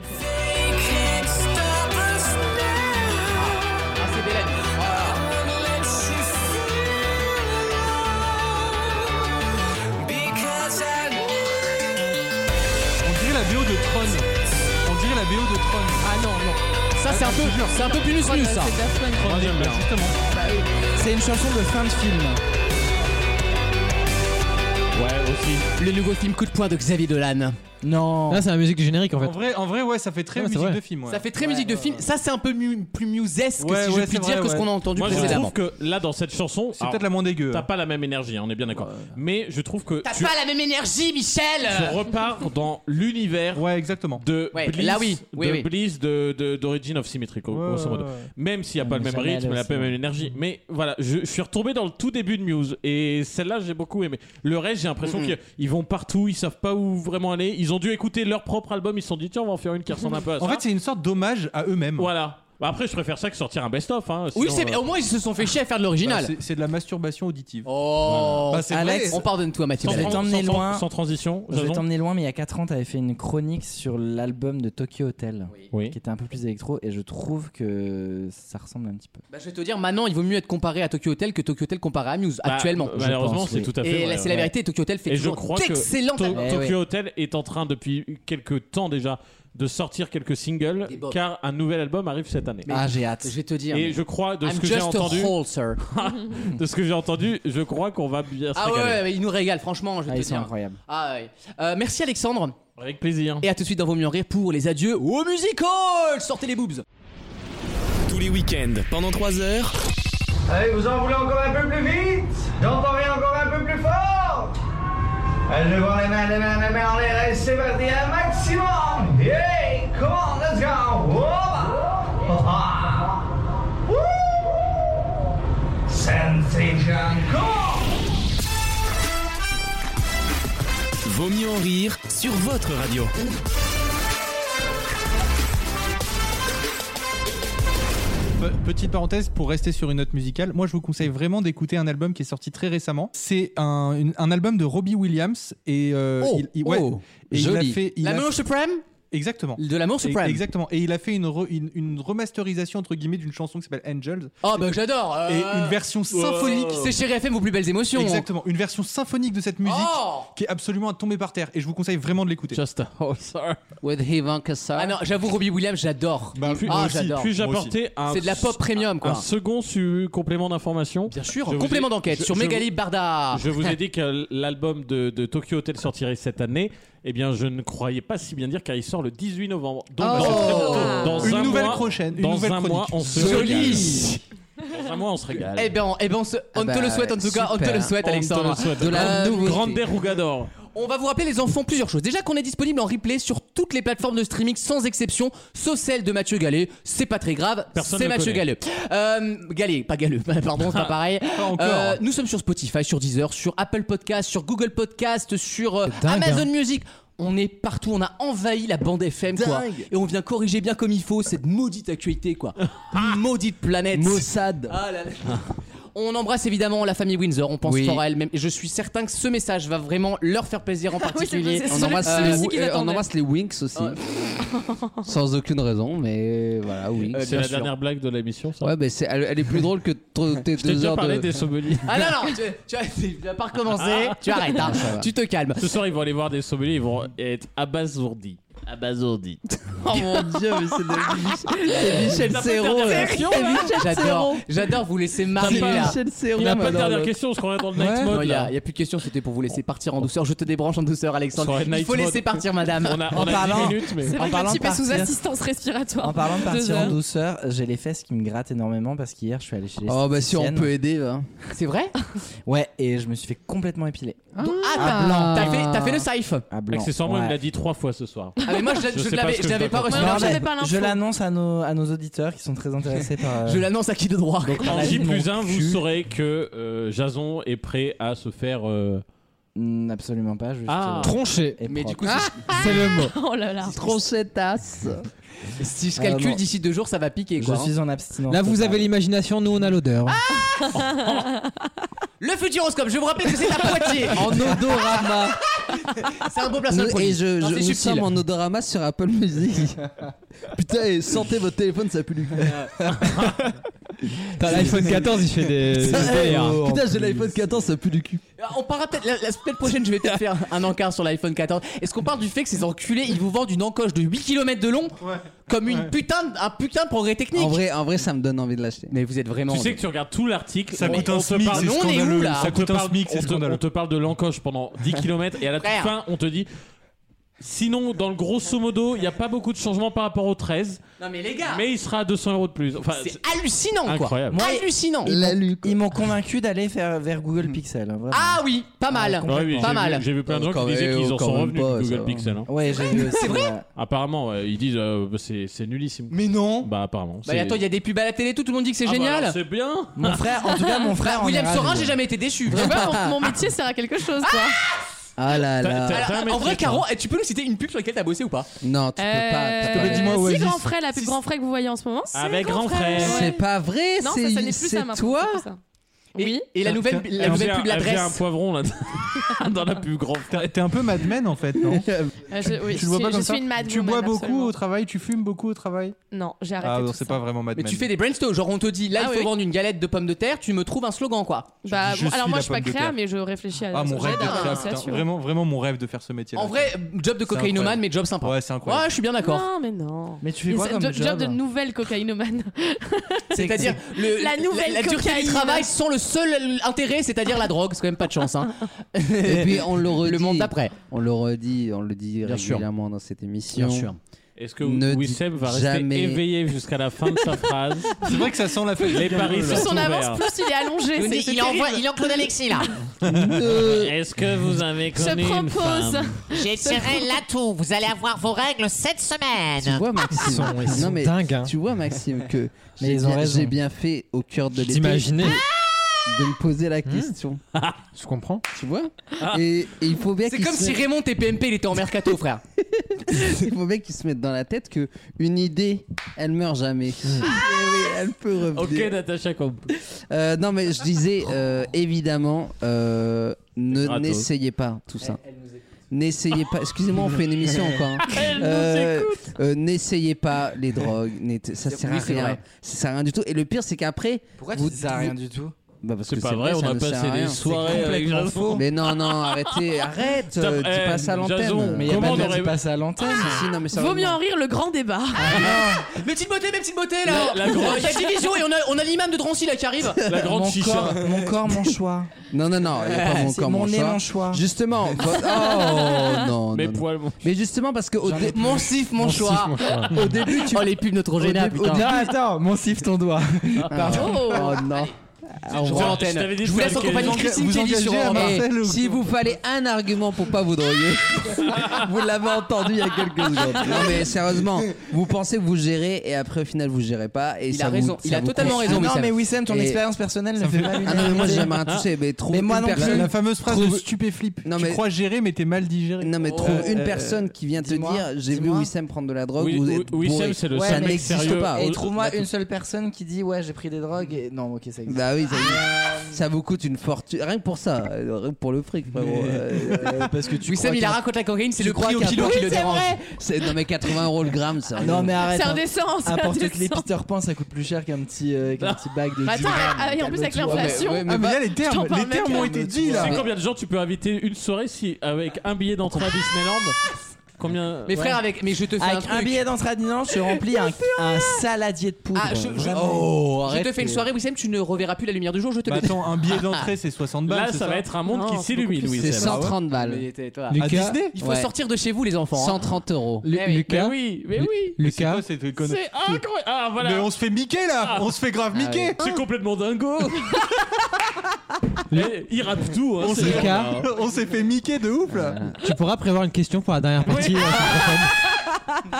Speaker 2: c'est Bélène.
Speaker 3: On dirait la BO de Tron. On dirait la BO de Tron.
Speaker 2: Ah non, non. Ça, c'est un peu, c'est un peu plus nus, ça.
Speaker 6: C'est Daft Punk.
Speaker 4: Tron, j'aime bien.
Speaker 3: Justement.
Speaker 8: C'est une chanson de fin de film.
Speaker 4: Ouais, aussi.
Speaker 2: Le nouveau film Coup de poing de Xavier Dolan.
Speaker 8: Non.
Speaker 7: Là, c'est la musique du générique en fait.
Speaker 3: En vrai, en vrai, ouais, ça fait très
Speaker 7: Ouais, c'est
Speaker 3: musique
Speaker 7: vrai.
Speaker 3: de film. ouais.
Speaker 2: Ça fait très musique de film. Ça, c'est un peu mu- plus musesque,
Speaker 3: Ouais,
Speaker 2: si
Speaker 3: ouais,
Speaker 2: je puis
Speaker 3: c'est
Speaker 2: dire,
Speaker 3: vrai,
Speaker 2: que ce
Speaker 3: ouais.
Speaker 2: qu'on a entendu
Speaker 4: Moi, je
Speaker 2: précédemment.
Speaker 4: trouve que là, dans cette chanson,
Speaker 3: C'est
Speaker 4: alors,
Speaker 3: peut-être la moins dégueu.
Speaker 4: t'as pas la même énergie, hein, on est bien d'accord. Mais je trouve que
Speaker 2: T'as
Speaker 4: tu,
Speaker 2: pas la même énergie,
Speaker 4: tu
Speaker 2: Michel
Speaker 4: repars dans l'univers
Speaker 3: hein. Ouais, exactement.
Speaker 4: de
Speaker 2: Ouais,
Speaker 4: Bliss,
Speaker 2: là, oui. Oui,
Speaker 4: de
Speaker 2: oui.
Speaker 4: Bliss de- de- d'Origin of Symmetry, quoi, grosso modo. Même s'il n'y a pas le même
Speaker 5: Chanel
Speaker 4: rythme, la
Speaker 5: aussi.
Speaker 4: même énergie. Mais voilà, je, je suis retombé dans le tout début de Muse. Et celle-là, j'ai beaucoup aimé. Le reste, j'ai l'impression qu'ils vont partout, ils savent pas où vraiment aller. Ils ont dû écouter leur propre album, ils se sont dit, tiens, on va en faire une qui ressemble un peu à ça.
Speaker 3: En fait, c'est une sorte d'hommage à eux-mêmes.
Speaker 4: voilà. Bah, Après, je préfère ça que sortir un best-of. hein,
Speaker 2: Oui,
Speaker 4: sinon,
Speaker 2: c'est
Speaker 4: euh,
Speaker 2: au moins, ils se sont fait chier à faire de
Speaker 3: Bah,
Speaker 2: l'original.
Speaker 3: c'est- c'est de la masturbation auditive.
Speaker 2: Oh
Speaker 3: Bah, c'est
Speaker 8: Alex,
Speaker 2: On pardonne tout à Mathieu. Bah,
Speaker 4: sans,
Speaker 8: Je vais
Speaker 4: tran-
Speaker 2: Bellamy.
Speaker 8: t'emmener
Speaker 4: sans-
Speaker 8: loin.
Speaker 4: sans transition,
Speaker 8: Je vais
Speaker 4: Jason.
Speaker 8: t'emmener loin, mais il y a 4 ans, t'avais fait une chronique sur l'album de Tokyo Hotel,
Speaker 4: Oui.
Speaker 8: qui était un peu plus électro, et je trouve que ça ressemble un petit peu.
Speaker 2: Bah, je vais te dire, maintenant, il vaut mieux être comparé à Tokyo Hotel que Tokyo Hotel comparé à Muse,
Speaker 4: Bah,
Speaker 2: actuellement.
Speaker 4: euh, malheureusement,
Speaker 8: pense,
Speaker 4: c'est
Speaker 8: oui.
Speaker 4: tout à fait.
Speaker 2: Et
Speaker 4: vrai,
Speaker 2: là, c'est la
Speaker 4: ouais.
Speaker 2: vérité, Tokyo Hotel fait
Speaker 4: Et je
Speaker 2: toujours
Speaker 4: crois que
Speaker 2: d'excellents
Speaker 4: To-
Speaker 2: albums.
Speaker 8: Eh
Speaker 4: Tokyo
Speaker 8: oui.
Speaker 4: Hotel est en train depuis quelques temps déjà de sortir quelques singles car un nouvel album arrive cette année.
Speaker 2: Ah, j'ai
Speaker 5: Eh
Speaker 2: hâte. Je vais te dire.
Speaker 4: Et je crois de
Speaker 2: I'm
Speaker 4: ce que j'ai
Speaker 2: just a
Speaker 4: entendu,
Speaker 2: hole, sir.
Speaker 4: de ce que j'ai entendu, je crois qu'on va bien se
Speaker 2: Ah ouais,
Speaker 4: régaler.
Speaker 2: ouais, mais il nous régale, franchement, je vais
Speaker 4: Ah,
Speaker 2: te
Speaker 4: ils sont
Speaker 2: dire.
Speaker 4: incroyables.
Speaker 2: Ah ouais. Euh, merci Alexandre.
Speaker 4: Avec plaisir.
Speaker 2: Et à tout de suite dans Vos Mieux en Rire pour les adieux au musical Sortez les boobs
Speaker 1: Tous les week-ends, pendant 3 heures.
Speaker 12: Allez, vous en voulez encore un peu plus vite D'entendre encore un peu plus fort Allez, devant les mains, les mains, les mains en l'air, et c'est parti un maximum Yeah Come on, let's go Oh, bah. Oh, ah. Woo. Sensation, come on
Speaker 1: Vaut mieux en rire sur votre radio.
Speaker 3: Pe- Petite parenthèse pour rester sur une note musicale, moi je vous conseille vraiment d'écouter un album qui est sorti très récemment. C'est un, une- un album de Robbie Williams et euh,
Speaker 2: Oh,
Speaker 3: il, il- ouais.
Speaker 2: oh,
Speaker 3: Et il
Speaker 2: joli.
Speaker 3: a fait il
Speaker 2: L'amour
Speaker 3: a-
Speaker 2: suprême
Speaker 3: Exactement.
Speaker 2: De l'amour
Speaker 3: Et-
Speaker 2: suprême.
Speaker 3: Exactement. Et il a fait une, re- une, une remasterisation entre guillemets d'une chanson qui s'appelle Angels.
Speaker 2: Oh bah j'adore euh,
Speaker 3: Et une version symphonique.
Speaker 2: C'est chez FM vos plus belles émotions
Speaker 3: Exactement, une version symphonique de cette musique
Speaker 2: Oh
Speaker 3: qui est absolument à tomber par terre et je vous conseille vraiment de l'écouter.
Speaker 4: Just a
Speaker 2: With Ivan Kassar Ah non, j'avoue Robbie Williams, j'adore
Speaker 4: Puis-
Speaker 2: Ah
Speaker 4: Bah, aussi,
Speaker 2: j'adore
Speaker 4: Puis-je apporter un
Speaker 2: C'est de la pop premium quoi
Speaker 4: Un second su- complément d'information. Bien
Speaker 2: sûr, complément d'enquête sur Megali Barda
Speaker 4: Je vous ai dit que l'album de, de Tokyo Hotel sortirait cette année. Eh bien, je ne croyais pas si bien dire car il sort le 18 novembre. Donc, bah,
Speaker 3: Oh.
Speaker 4: dans, dans
Speaker 3: Une
Speaker 4: un
Speaker 3: nouvelle
Speaker 4: mois,
Speaker 3: prochaine, une
Speaker 4: dans
Speaker 3: nouvelle
Speaker 4: un
Speaker 3: chronique.
Speaker 4: mois, on se
Speaker 3: Joli.
Speaker 4: régale. Dans un mois, on se régale.
Speaker 2: Eh ben, eh ben, on, se- on
Speaker 4: bah,
Speaker 2: te le souhaite en tout cas, on te
Speaker 4: super.
Speaker 2: le souhaite
Speaker 4: On te le
Speaker 2: Alexandre.
Speaker 4: souhaite. De la
Speaker 2: Euh,
Speaker 4: nouveauté. Grande dérougador.
Speaker 2: On va vous rappeler les enfants plusieurs choses. Déjà qu'on est disponible en replay sur toutes les plateformes de streaming sans exception, sauf celle de Mathieu Gallet. C'est pas très grave,
Speaker 4: Personne
Speaker 2: c'est
Speaker 4: ne
Speaker 2: Mathieu
Speaker 4: connaît.
Speaker 2: Gallet. Euh, Gallet, pas Gallet, pardon, c'est pas pareil. Euh,
Speaker 4: encore.
Speaker 2: nous sommes sur Spotify, sur Deezer, sur Apple Podcast, sur Google Podcast, sur euh,
Speaker 7: dingue,
Speaker 2: Amazon Music. On est partout, on a envahi la bande FM quoi.
Speaker 7: Dingue.
Speaker 2: Et on vient corriger bien comme il faut cette maudite actualité quoi. maudite planète.
Speaker 5: Mossad.
Speaker 2: Ah là là. On embrasse évidemment la famille Windsor, on pense
Speaker 5: Oui.
Speaker 2: fort à elle même. Et je suis certain que ce message va vraiment leur faire plaisir en particulier.
Speaker 5: on, embrasse les, euh, on embrasse les Winx aussi. Sans aucune raison, mais voilà, Winx.
Speaker 4: C'est Euh, la dernière blague de l'émission, ça
Speaker 5: Ouais, mais c'est, elle, elle est plus drôle que t- tes
Speaker 4: Je t'ai
Speaker 5: deux
Speaker 4: déjà
Speaker 5: heures
Speaker 4: parlé
Speaker 5: de.
Speaker 4: des sommeliers.
Speaker 2: Ah non, non, tu, tu vas- tu vas pas recommencer, tu arrêtes, hein. tu te calmes.
Speaker 4: Ce soir, ils vont aller voir des sommeliers, ils vont être abasourdis. Abasourdis.
Speaker 2: Oh mon dieu, mais c'est de
Speaker 4: c'est Michel T'as pas de Serrault,
Speaker 2: Oh,
Speaker 4: dernière là. question, C'est là Michel
Speaker 2: Ah J'adore,
Speaker 4: Serrault.
Speaker 2: j'adore vous laisser
Speaker 4: C'est
Speaker 2: marrer Ah, là.
Speaker 4: Michel Serrault, Il a pas de maintenant, dernière là. question, on se croirait dans le night mode,
Speaker 2: Non, il y a,
Speaker 4: là.
Speaker 2: il y a plus de question, c'était pour vous laisser partir en douceur. Je te débranche en douceur,
Speaker 4: On
Speaker 2: Alexandre.
Speaker 4: se croirait
Speaker 2: Il faut
Speaker 4: night
Speaker 2: laisser
Speaker 4: mode.
Speaker 2: partir, madame.
Speaker 4: On a-
Speaker 8: En parlant-
Speaker 6: C'est vrai
Speaker 8: en
Speaker 6: que
Speaker 8: parlant
Speaker 6: le type
Speaker 8: de
Speaker 6: est sous
Speaker 8: partir-
Speaker 6: assistance respiratoire.
Speaker 8: En parlant de
Speaker 6: Deux
Speaker 8: partir en
Speaker 6: heures.
Speaker 8: douceur, j'ai les fesses qui me grattent énormément parce qu'hier je suis allé chez les
Speaker 5: Oh, bah si on
Speaker 8: esthéticiennes.
Speaker 5: peut aider, va.
Speaker 2: C'est vrai
Speaker 8: Ouais, et je me suis fait complètement épiler.
Speaker 2: Ah, t'as-
Speaker 8: blanc.
Speaker 2: t'as fait- t'as fait le safe.
Speaker 8: À blanc.
Speaker 4: Accessoirement,
Speaker 8: ouais.
Speaker 4: il me l'a dit trois fois ce soir.
Speaker 2: Ah, mais moi, je- je
Speaker 4: sais
Speaker 2: l'avais-
Speaker 4: ce que
Speaker 2: Oh, je l'avais
Speaker 4: je
Speaker 2: pas
Speaker 4: raconte.
Speaker 2: reçu. Non,
Speaker 8: Bordel,
Speaker 2: j'avais pas l'info.
Speaker 8: je l'annonce à nos, à nos auditeurs qui sont très intéressés par. euh,
Speaker 2: Je l'annonce à qui de droit
Speaker 4: En
Speaker 8: la vie
Speaker 4: J
Speaker 8: de mon
Speaker 4: plus 1, vous
Speaker 8: cul.
Speaker 4: saurez que euh, Jason est prêt à se faire. euh,
Speaker 8: Mm, Absolument pas. Juste,
Speaker 4: Ah.
Speaker 8: euh,
Speaker 4: Troncher.
Speaker 8: et
Speaker 2: Mais
Speaker 8: propre.
Speaker 2: du coup,
Speaker 8: c'est le mot.
Speaker 2: Oh là là.
Speaker 5: Tronchetasse.
Speaker 2: Si je
Speaker 8: Ah,
Speaker 2: calcule
Speaker 8: non.
Speaker 2: d'ici deux jours, ça va piquer
Speaker 8: Je
Speaker 2: quoi. hein.
Speaker 8: suis en abstinence.
Speaker 7: Là, vous
Speaker 5: Ah.
Speaker 8: totale.
Speaker 7: avez l'imagination, nous on a l'odeur.
Speaker 2: Ah. Le futuroscope, je vous rappelle que c'est à Poitiers.
Speaker 5: En odorama.
Speaker 2: C'est un beau placement de
Speaker 5: Nous-
Speaker 2: produit.
Speaker 5: Et je,
Speaker 2: Non,
Speaker 5: je-
Speaker 2: c'est
Speaker 5: nous
Speaker 2: subtil.
Speaker 5: sommes en odorama sur Apple Music. Putain, et sortez votre téléphone, ça pue du cul.
Speaker 7: Putain, L'iPhone 14, il fait des.
Speaker 5: Ça,
Speaker 7: des délires.
Speaker 5: eh, Putain, j'ai l'iPhone 14, ça pue du cul.
Speaker 2: Ah, Euh, On parlera peut-être la, la semaine prochaine, je vais peut-être faire un encart sur l'iPhone 14. Est-ce qu'on parle du fait que ces enculés, ils vous vendent une encoche de 8 km de long comme une putain de- un putain de progrès technique
Speaker 5: En vrai, en vrai, ça me donne envie de l'acheter.
Speaker 2: Mais vous êtes vraiment.
Speaker 4: Tu sais que tu regardes tout l'article.
Speaker 2: Ça
Speaker 4: on-
Speaker 2: coûte
Speaker 4: on
Speaker 2: un
Speaker 4: te
Speaker 2: SMIC,
Speaker 4: parle-
Speaker 2: c'est
Speaker 4: on est où,
Speaker 2: scandaleux.
Speaker 4: là
Speaker 2: Ça
Speaker 4: On te
Speaker 2: coûte un
Speaker 4: parle-
Speaker 2: SMIC, c'est
Speaker 4: on te-
Speaker 2: scandaleux.
Speaker 4: On te parle de l'encoche pendant 10 km et à la toute
Speaker 2: Frère.
Speaker 4: fin, on te dit. Sinon, dans le grosso modo, il n'y a pas beaucoup de changements par rapport au 13.
Speaker 2: Non mais les gars,
Speaker 4: Mais il sera à 200 euros de plus. Enfin,
Speaker 2: Ah. c'est hallucinant quoi.
Speaker 4: Incroyable. Ah
Speaker 2: Moi, hallucinant.
Speaker 8: Ils m'ont- Ils m'ont convaincu d'aller faire vers
Speaker 5: Hmm.
Speaker 8: Google Pixel. hein, vraiment.
Speaker 2: Ah oui, pas mal.
Speaker 8: Ah,
Speaker 4: Ouais, oui,
Speaker 2: pas
Speaker 4: j'ai
Speaker 2: mal.
Speaker 4: vu- J'ai vu plein de gens
Speaker 5: Encore-
Speaker 4: qui disaient
Speaker 5: eh,
Speaker 4: qu'ils en
Speaker 5: encore
Speaker 4: sont
Speaker 5: même
Speaker 4: revenus
Speaker 5: pas,
Speaker 4: du
Speaker 5: ça
Speaker 4: Google
Speaker 5: va.
Speaker 4: Pixel. hein.
Speaker 8: Ouais, j'ai vu aussi.
Speaker 2: C'est vrai
Speaker 8: ouais.
Speaker 4: Apparemment, ouais, ils disent euh, bah, c'est c'est nullissime.
Speaker 8: Mais non.
Speaker 4: Bah apparemment.
Speaker 2: Bah
Speaker 4: c'est-
Speaker 2: attends, il y a des pubs à la télé, tout, tout le monde dit que c'est
Speaker 4: Ah, bah,
Speaker 2: génial.
Speaker 4: alors, C'est bien.
Speaker 8: Mon frère, en tout cas, mon frère.
Speaker 2: Bah,
Speaker 8: en
Speaker 2: William
Speaker 8: est ravi.
Speaker 2: Sorin, j'ai jamais été déçu.
Speaker 6: Tu vois, mon, mon métier sert à quelque chose, quoi.
Speaker 5: Ah là
Speaker 4: T'as-
Speaker 5: là.
Speaker 4: t'as- t'as un
Speaker 2: Alors, en vrai,
Speaker 4: métier,
Speaker 2: Caro, eh, tu peux nous citer une pub sur laquelle t'as bossé ou pas
Speaker 5: Non, tu peux
Speaker 8: Euh,
Speaker 5: pas. tu peux pas.
Speaker 6: si grand frère, la plus grand frère que vous voyez en ce moment, c'est
Speaker 4: Avec
Speaker 6: grand
Speaker 4: Grand
Speaker 6: frère.
Speaker 4: Frère.
Speaker 5: C'est pas vrai,
Speaker 6: Non, ça, ça n'est
Speaker 5: c'est
Speaker 6: plus ça,
Speaker 5: c'est
Speaker 6: ma
Speaker 5: toi
Speaker 6: ça.
Speaker 2: Et, et la nouvelle, la nouvelle pub
Speaker 4: Elle faisait un
Speaker 2: l'adresse.
Speaker 4: poivron là, dans la pub grand frère.
Speaker 3: T'es un peu madman en fait, non
Speaker 6: Euh, je- oui,
Speaker 3: Tu le vois
Speaker 6: je-
Speaker 3: pas comme
Speaker 6: je suis
Speaker 3: ça
Speaker 6: une Mad
Speaker 3: Tu
Speaker 6: Woman,
Speaker 3: bois beaucoup
Speaker 6: absolument.
Speaker 3: au travail, tu fumes beaucoup au travail
Speaker 6: Non, j'ai arrêté.
Speaker 3: Ah
Speaker 6: tout
Speaker 3: non, c'est
Speaker 6: ça.
Speaker 3: pas vraiment
Speaker 2: Mais
Speaker 3: madman.
Speaker 2: tu fais des brainstorms, genre on te dit là il
Speaker 6: Ah
Speaker 2: faut
Speaker 6: oui.
Speaker 2: vendre une galette de pommes de terre, tu me trouves un slogan quoi.
Speaker 6: Bah,
Speaker 3: Je
Speaker 6: bon,
Speaker 3: suis
Speaker 6: alors moi
Speaker 3: la
Speaker 6: je suis pas
Speaker 3: pomme de
Speaker 6: créa,
Speaker 3: terre.
Speaker 6: mais je réfléchis à
Speaker 3: Ah mon rêve de
Speaker 6: j'aide à-
Speaker 3: créa,
Speaker 6: c'est
Speaker 3: putain,
Speaker 6: sûr.
Speaker 3: vraiment, vraiment mon rêve de faire ce métier.
Speaker 2: En vrai, job de cocaïnomane, mais job sympa.
Speaker 3: Ouais, c'est incroyable.
Speaker 2: Ouais, je suis bien d'accord.
Speaker 6: Non, mais non.
Speaker 3: Mais tu fais
Speaker 6: Et
Speaker 3: quoi
Speaker 6: c'est-
Speaker 3: comme
Speaker 6: de-
Speaker 3: job
Speaker 6: de nouvelle cocaïnomane.
Speaker 2: C'est-à-dire le-
Speaker 6: La nouvelle
Speaker 2: la, la dureté
Speaker 6: cocaïne.
Speaker 2: du travail sans le seul intérêt, c'est-à-dire la drogue, c'est quand même pas de chance. Hein.
Speaker 5: Et puis on le redit.
Speaker 2: Le monde d'après.
Speaker 5: On le redit, on le dit
Speaker 2: Bien sûr.
Speaker 5: régulièrement dans cette émission.
Speaker 2: Bien sûr.
Speaker 4: Est-ce que
Speaker 5: Ne
Speaker 4: Wissem
Speaker 5: dites
Speaker 4: va rester
Speaker 5: jamais-
Speaker 4: éveillé jusqu'à la fin de sa phrase
Speaker 3: C'est vrai que ça sent la fête.
Speaker 4: Les paris
Speaker 6: Plus
Speaker 4: sont
Speaker 6: on
Speaker 4: ouverts.
Speaker 6: avance, plus il est allongé.
Speaker 2: Il,
Speaker 6: c'est- c'est
Speaker 2: il envoie,
Speaker 6: terrible.
Speaker 2: il enclone Alexis là.
Speaker 4: Est-ce que vous avez
Speaker 6: Je
Speaker 4: connu une
Speaker 6: propose.
Speaker 4: femme
Speaker 13: J'ai tiré l'atout. Vous allez avoir vos règles cette
Speaker 5: Tu
Speaker 13: semaine.
Speaker 5: vois Maxime,
Speaker 7: sont- Ah, ils
Speaker 5: Non,
Speaker 7: sont
Speaker 5: mais
Speaker 7: dingues, hein.
Speaker 5: Tu vois Maxime que
Speaker 7: Mais
Speaker 5: j'ai
Speaker 7: ils ont
Speaker 5: bien-
Speaker 7: raison.
Speaker 5: j'ai bien fait au cœur de l'été.
Speaker 7: T'imaginais
Speaker 5: de me poser la
Speaker 7: Hmm
Speaker 5: question.
Speaker 7: Je comprends.
Speaker 5: Tu vois et, et il faut bien
Speaker 2: Ah. C'est
Speaker 5: qu'ils
Speaker 2: comme
Speaker 5: se-
Speaker 2: si Raymond TPMP il était en mercato, frère.
Speaker 5: il faut bien qu'ils se mettent dans la tête que une idée, elle meurt jamais.
Speaker 7: Hmm.
Speaker 5: Et oui, elle peut revenir.
Speaker 4: Ok, Natacha Comp.
Speaker 5: Euh, non, mais je disais euh, évidemment, euh, ne-
Speaker 4: gratos.
Speaker 5: n'essayez pas tout ça. N'essayez pas. Excusez-moi, on fait une émission encore. hein.
Speaker 11: Elle nous
Speaker 5: euh, n'essayez pas les drogues. n'était- Ça sert à
Speaker 7: Oui, c'est
Speaker 5: rien.
Speaker 7: vrai.
Speaker 5: Ça sert à rien du tout. Et le pire, c'est qu'après.
Speaker 7: Pourquoi
Speaker 5: vous-
Speaker 7: tu dis ça à rien
Speaker 5: vous-
Speaker 7: du tout
Speaker 5: Bah, parce
Speaker 4: C'est
Speaker 5: que
Speaker 4: pas vrai, on
Speaker 5: ça
Speaker 4: a
Speaker 5: ne sert
Speaker 4: passé
Speaker 5: à
Speaker 4: des
Speaker 5: rien.
Speaker 4: soirées avec
Speaker 5: complètement
Speaker 4: Jason.
Speaker 5: faux. Mais non, non, arrêtez, arrête,
Speaker 4: Stop,
Speaker 5: euh, dis
Speaker 4: eh,
Speaker 5: pas ça à
Speaker 4: Jason,
Speaker 5: l'antenne.
Speaker 4: Mais y a comment pas de on raison de aurait-
Speaker 5: pas
Speaker 4: pas Ah,
Speaker 5: ça à l'antenne. Si, non, mais ça
Speaker 6: Vaut
Speaker 5: va-
Speaker 6: mieux en rire le grand débat.
Speaker 2: Mes petites beautés, mes petites beautés là.
Speaker 4: La- la grande-
Speaker 2: Il y a division et on a, on a l'imam de Drancy là qui arrive.
Speaker 4: La grande
Speaker 8: Mon
Speaker 4: chicha.
Speaker 8: corps, mon corps, mon choix.
Speaker 5: Non, non, non, il y a
Speaker 4: Ah,
Speaker 5: pas mon
Speaker 8: C'est
Speaker 5: corps,
Speaker 8: mon
Speaker 5: mon
Speaker 8: nez,
Speaker 5: choix.
Speaker 8: mon choix.
Speaker 5: Justement, vo- oh non,
Speaker 4: Mes
Speaker 5: non, non.
Speaker 4: poils, mon-
Speaker 5: Mais justement parce que au dé-
Speaker 2: Mon sif, mon,
Speaker 7: Mon sif,
Speaker 2: choix.
Speaker 7: mon choix.
Speaker 5: au début tu
Speaker 2: Oh les pubs notre Gena,
Speaker 5: dé- au
Speaker 2: putain.
Speaker 5: dé-
Speaker 7: Ah, attends, mon siffle ton doigt.
Speaker 5: Pardon.
Speaker 6: Oh.
Speaker 5: Oh non. Ah,
Speaker 2: Je vous l'antenne.
Speaker 4: t'avais dit
Speaker 2: Je vous
Speaker 4: de
Speaker 2: laisse en
Speaker 4: faire
Speaker 2: compagnie de
Speaker 4: quelques-
Speaker 2: Christine
Speaker 3: vous
Speaker 2: Kelly sur
Speaker 3: engagez à
Speaker 2: Europe un.
Speaker 3: Marseille.
Speaker 5: Eh, si vous fallait un argument pour pas vous droguer, vous l'avez entendu il y a quelques secondes. Non mais sérieusement, vous pensez que vous gérez et après au final vous gérez pas et
Speaker 2: Il
Speaker 5: ça
Speaker 2: a
Speaker 5: vous-
Speaker 2: raison,
Speaker 5: ça
Speaker 2: il a
Speaker 5: vous
Speaker 2: totalement
Speaker 5: coûte. Ah
Speaker 2: raison.
Speaker 8: Ah non,
Speaker 2: Wissem.
Speaker 8: mais Wissem, ton
Speaker 5: Et-
Speaker 8: expérience personnelle ne fait pas
Speaker 5: Ah non mais moi
Speaker 8: l'unanimité.
Speaker 5: j'aimerais un toucher mais trop
Speaker 8: Mais moi
Speaker 5: une
Speaker 8: non plus.
Speaker 5: personne-
Speaker 3: La fameuse phrase de
Speaker 5: Trouve-
Speaker 3: stupéflip.
Speaker 5: Non,
Speaker 3: Tu
Speaker 5: mais-
Speaker 3: crois gérer, mais t'es mal digéré.
Speaker 5: Non mais
Speaker 4: Oh,
Speaker 5: trouve une
Speaker 3: euh,
Speaker 5: personne qui vient te
Speaker 8: dis-moi,
Speaker 5: dire j'ai vu
Speaker 8: dis-moi.
Speaker 5: Wissem prendre de la drogue
Speaker 4: Oui,
Speaker 5: vous
Speaker 4: oui,
Speaker 5: êtes
Speaker 4: Wissem,
Speaker 5: bourré.
Speaker 4: c'est le
Speaker 8: Ouais,
Speaker 5: ça
Speaker 8: mais
Speaker 5: n'existe
Speaker 4: sérieux. Bah,
Speaker 5: pas.
Speaker 8: Et trouve-moi une seule personne qui dit ouais j'ai pris des drogues et non ok ça existe.
Speaker 5: Bah oui, ça, ça vous coûte une fortune. Rien que pour ça, euh, rien que pour le fric, frérot. Euh, euh, parce que tu
Speaker 2: Wissem
Speaker 5: crois
Speaker 2: il la
Speaker 5: qu'un-
Speaker 2: raconte la cocaïne, c'est
Speaker 5: tu
Speaker 2: le
Speaker 5: crois
Speaker 2: prix au
Speaker 5: qu'un-
Speaker 2: kilo qui
Speaker 5: Oui,
Speaker 2: le
Speaker 5: c'est
Speaker 2: dérange.
Speaker 5: vrai. C'est non mais 80 euros le gramme, ça.
Speaker 8: Non mais arrête.
Speaker 6: C'est
Speaker 8: hein.
Speaker 6: indécent, c'est
Speaker 8: Apporte que les
Speaker 6: indécent.
Speaker 8: Peter Pan ça coûte plus cher qu'un petit euh, qu'un petit bag de.
Speaker 6: Bah, attends,
Speaker 8: 10 grammes.
Speaker 6: ah, et en plus, avec
Speaker 8: Calme-toi.
Speaker 6: l'inflation.
Speaker 5: Ouais, ouais,
Speaker 3: Ah, mais là, les
Speaker 6: t'en
Speaker 3: termes,
Speaker 6: parle
Speaker 3: les
Speaker 6: même
Speaker 3: termes
Speaker 6: pas.
Speaker 3: ont été dits là.
Speaker 4: C'est combien de gens tu peux inviter une soirée si avec un billet d'entrée à Disneyland Combien
Speaker 2: Mais frère avec mais je te fais un
Speaker 8: Avec un
Speaker 2: truc.
Speaker 8: billet d'entrée à Dinan, je remplis un, un saladier de poudre.
Speaker 2: Ah, je- je-
Speaker 8: Vraiment.
Speaker 5: Oh,
Speaker 2: Je
Speaker 5: arrête.
Speaker 2: te fais une soirée Wissem, tu ne reverras plus la lumière du jour, je te
Speaker 3: Bah,
Speaker 2: le dis.
Speaker 3: attends, un billet d'entrée c'est 60 balles.
Speaker 4: Là,
Speaker 3: c'est
Speaker 4: ça va être un monde
Speaker 2: Non,
Speaker 4: qui
Speaker 2: c'est Ah
Speaker 4: s'illumine,
Speaker 2: beaucoup plus.
Speaker 5: C'est
Speaker 4: Wissem.
Speaker 2: ça,
Speaker 5: 130 balles.
Speaker 2: Il
Speaker 3: À
Speaker 7: Lucas,
Speaker 3: Disney
Speaker 2: faut
Speaker 5: Ouais.
Speaker 2: sortir de chez vous les enfants. hein.
Speaker 5: 130 euros.
Speaker 7: Lu-
Speaker 2: Eh oui.
Speaker 4: Mais
Speaker 7: Lucas,
Speaker 4: oui, mais oui.
Speaker 3: C'est
Speaker 7: Lucas,
Speaker 3: quoi cette connerie Ah.
Speaker 4: C'est incroyable. Ah
Speaker 3: Mais
Speaker 4: voilà.
Speaker 3: on Ah. se fait Mickey là On se fait grave Mickey
Speaker 4: C'est complètement dingo. Eh, Il rappe tout. Hein, c'est-
Speaker 7: Lucas.
Speaker 3: On s'est fait Mickey de ouf là
Speaker 7: tu pourras prévoir une question pour la dernière partie.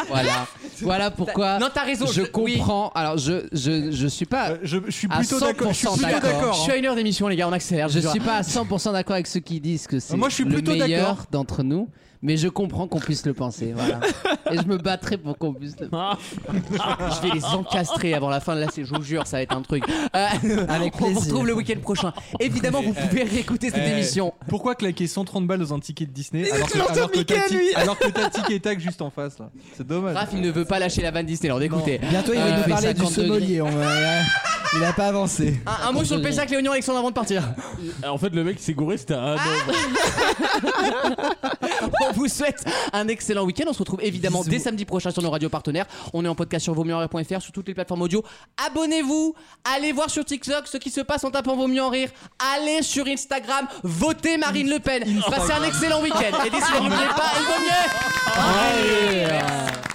Speaker 5: Voilà. Voilà pourquoi.
Speaker 2: Non, t'as raison,
Speaker 5: Ah. Je
Speaker 2: je- oui.
Speaker 5: comprends. Alors je je je suis pas.
Speaker 2: Ah.
Speaker 3: Euh, je, je suis
Speaker 5: À
Speaker 3: plutôt d'accord. Je suis
Speaker 5: 100%
Speaker 3: plutôt
Speaker 5: d'accord.
Speaker 2: Je
Speaker 3: d'accord. hein.
Speaker 2: suis à une heure d'émission les gars, on accélère.
Speaker 5: Je
Speaker 2: vous jure.
Speaker 5: suis pas à 100% d'accord avec ceux qui disent que c'est
Speaker 3: Moi, je suis
Speaker 5: le
Speaker 3: plutôt
Speaker 5: meilleur
Speaker 3: d'accord.
Speaker 5: d'entre nous, mais je comprends qu'on puisse le penser. Voilà. Et je me battrai pour qu'on puisse le
Speaker 4: Ah,
Speaker 2: Je vais les encastrer avant la fin de la séance, je vous jure, ça va être un truc. Euh,
Speaker 8: Avec
Speaker 2: on
Speaker 8: plaisir.
Speaker 2: vous retrouve le week-end prochain. Évidemment, vous pouvez réécouter cette
Speaker 3: euh,
Speaker 2: émission.
Speaker 3: Pourquoi claquer 130 balles dans un ticket de Disney alors que,
Speaker 8: l'entend
Speaker 3: alors, que t'as
Speaker 8: Mickey,
Speaker 3: ti-
Speaker 8: lui.
Speaker 3: alors que t'as ticket tac juste en face là C'est dommage.
Speaker 2: Raph, il ne veut pas lâcher la vanne Disneyland, écoutez.
Speaker 8: Bientôt il va
Speaker 2: Euh,
Speaker 8: nous
Speaker 2: fait
Speaker 8: parler du
Speaker 5: 50
Speaker 8: sommelier. On va- Il a pas avancé.
Speaker 2: Un, un mot sur le Pessac, Léonion, Alexandre, avant de partir.
Speaker 4: En fait, le mec s'est gouré, c'était un
Speaker 3: Ah,
Speaker 4: homme.
Speaker 2: On vous souhaite un excellent week-end. On se retrouve évidemment dès samedi prochain sur nos radios partenaires. On est en podcast sur vosmieuxenrire.fr, sur toutes les plateformes audio. Abonnez-vous, allez voir sur TikTok ce qui se passe en tapant Vaut mieux en rire. Allez sur Instagram, votez Marine Le Pen. Passez un excellent week-end. Et d'ici là, n'oubliez pas, il vaut mieux. en rire.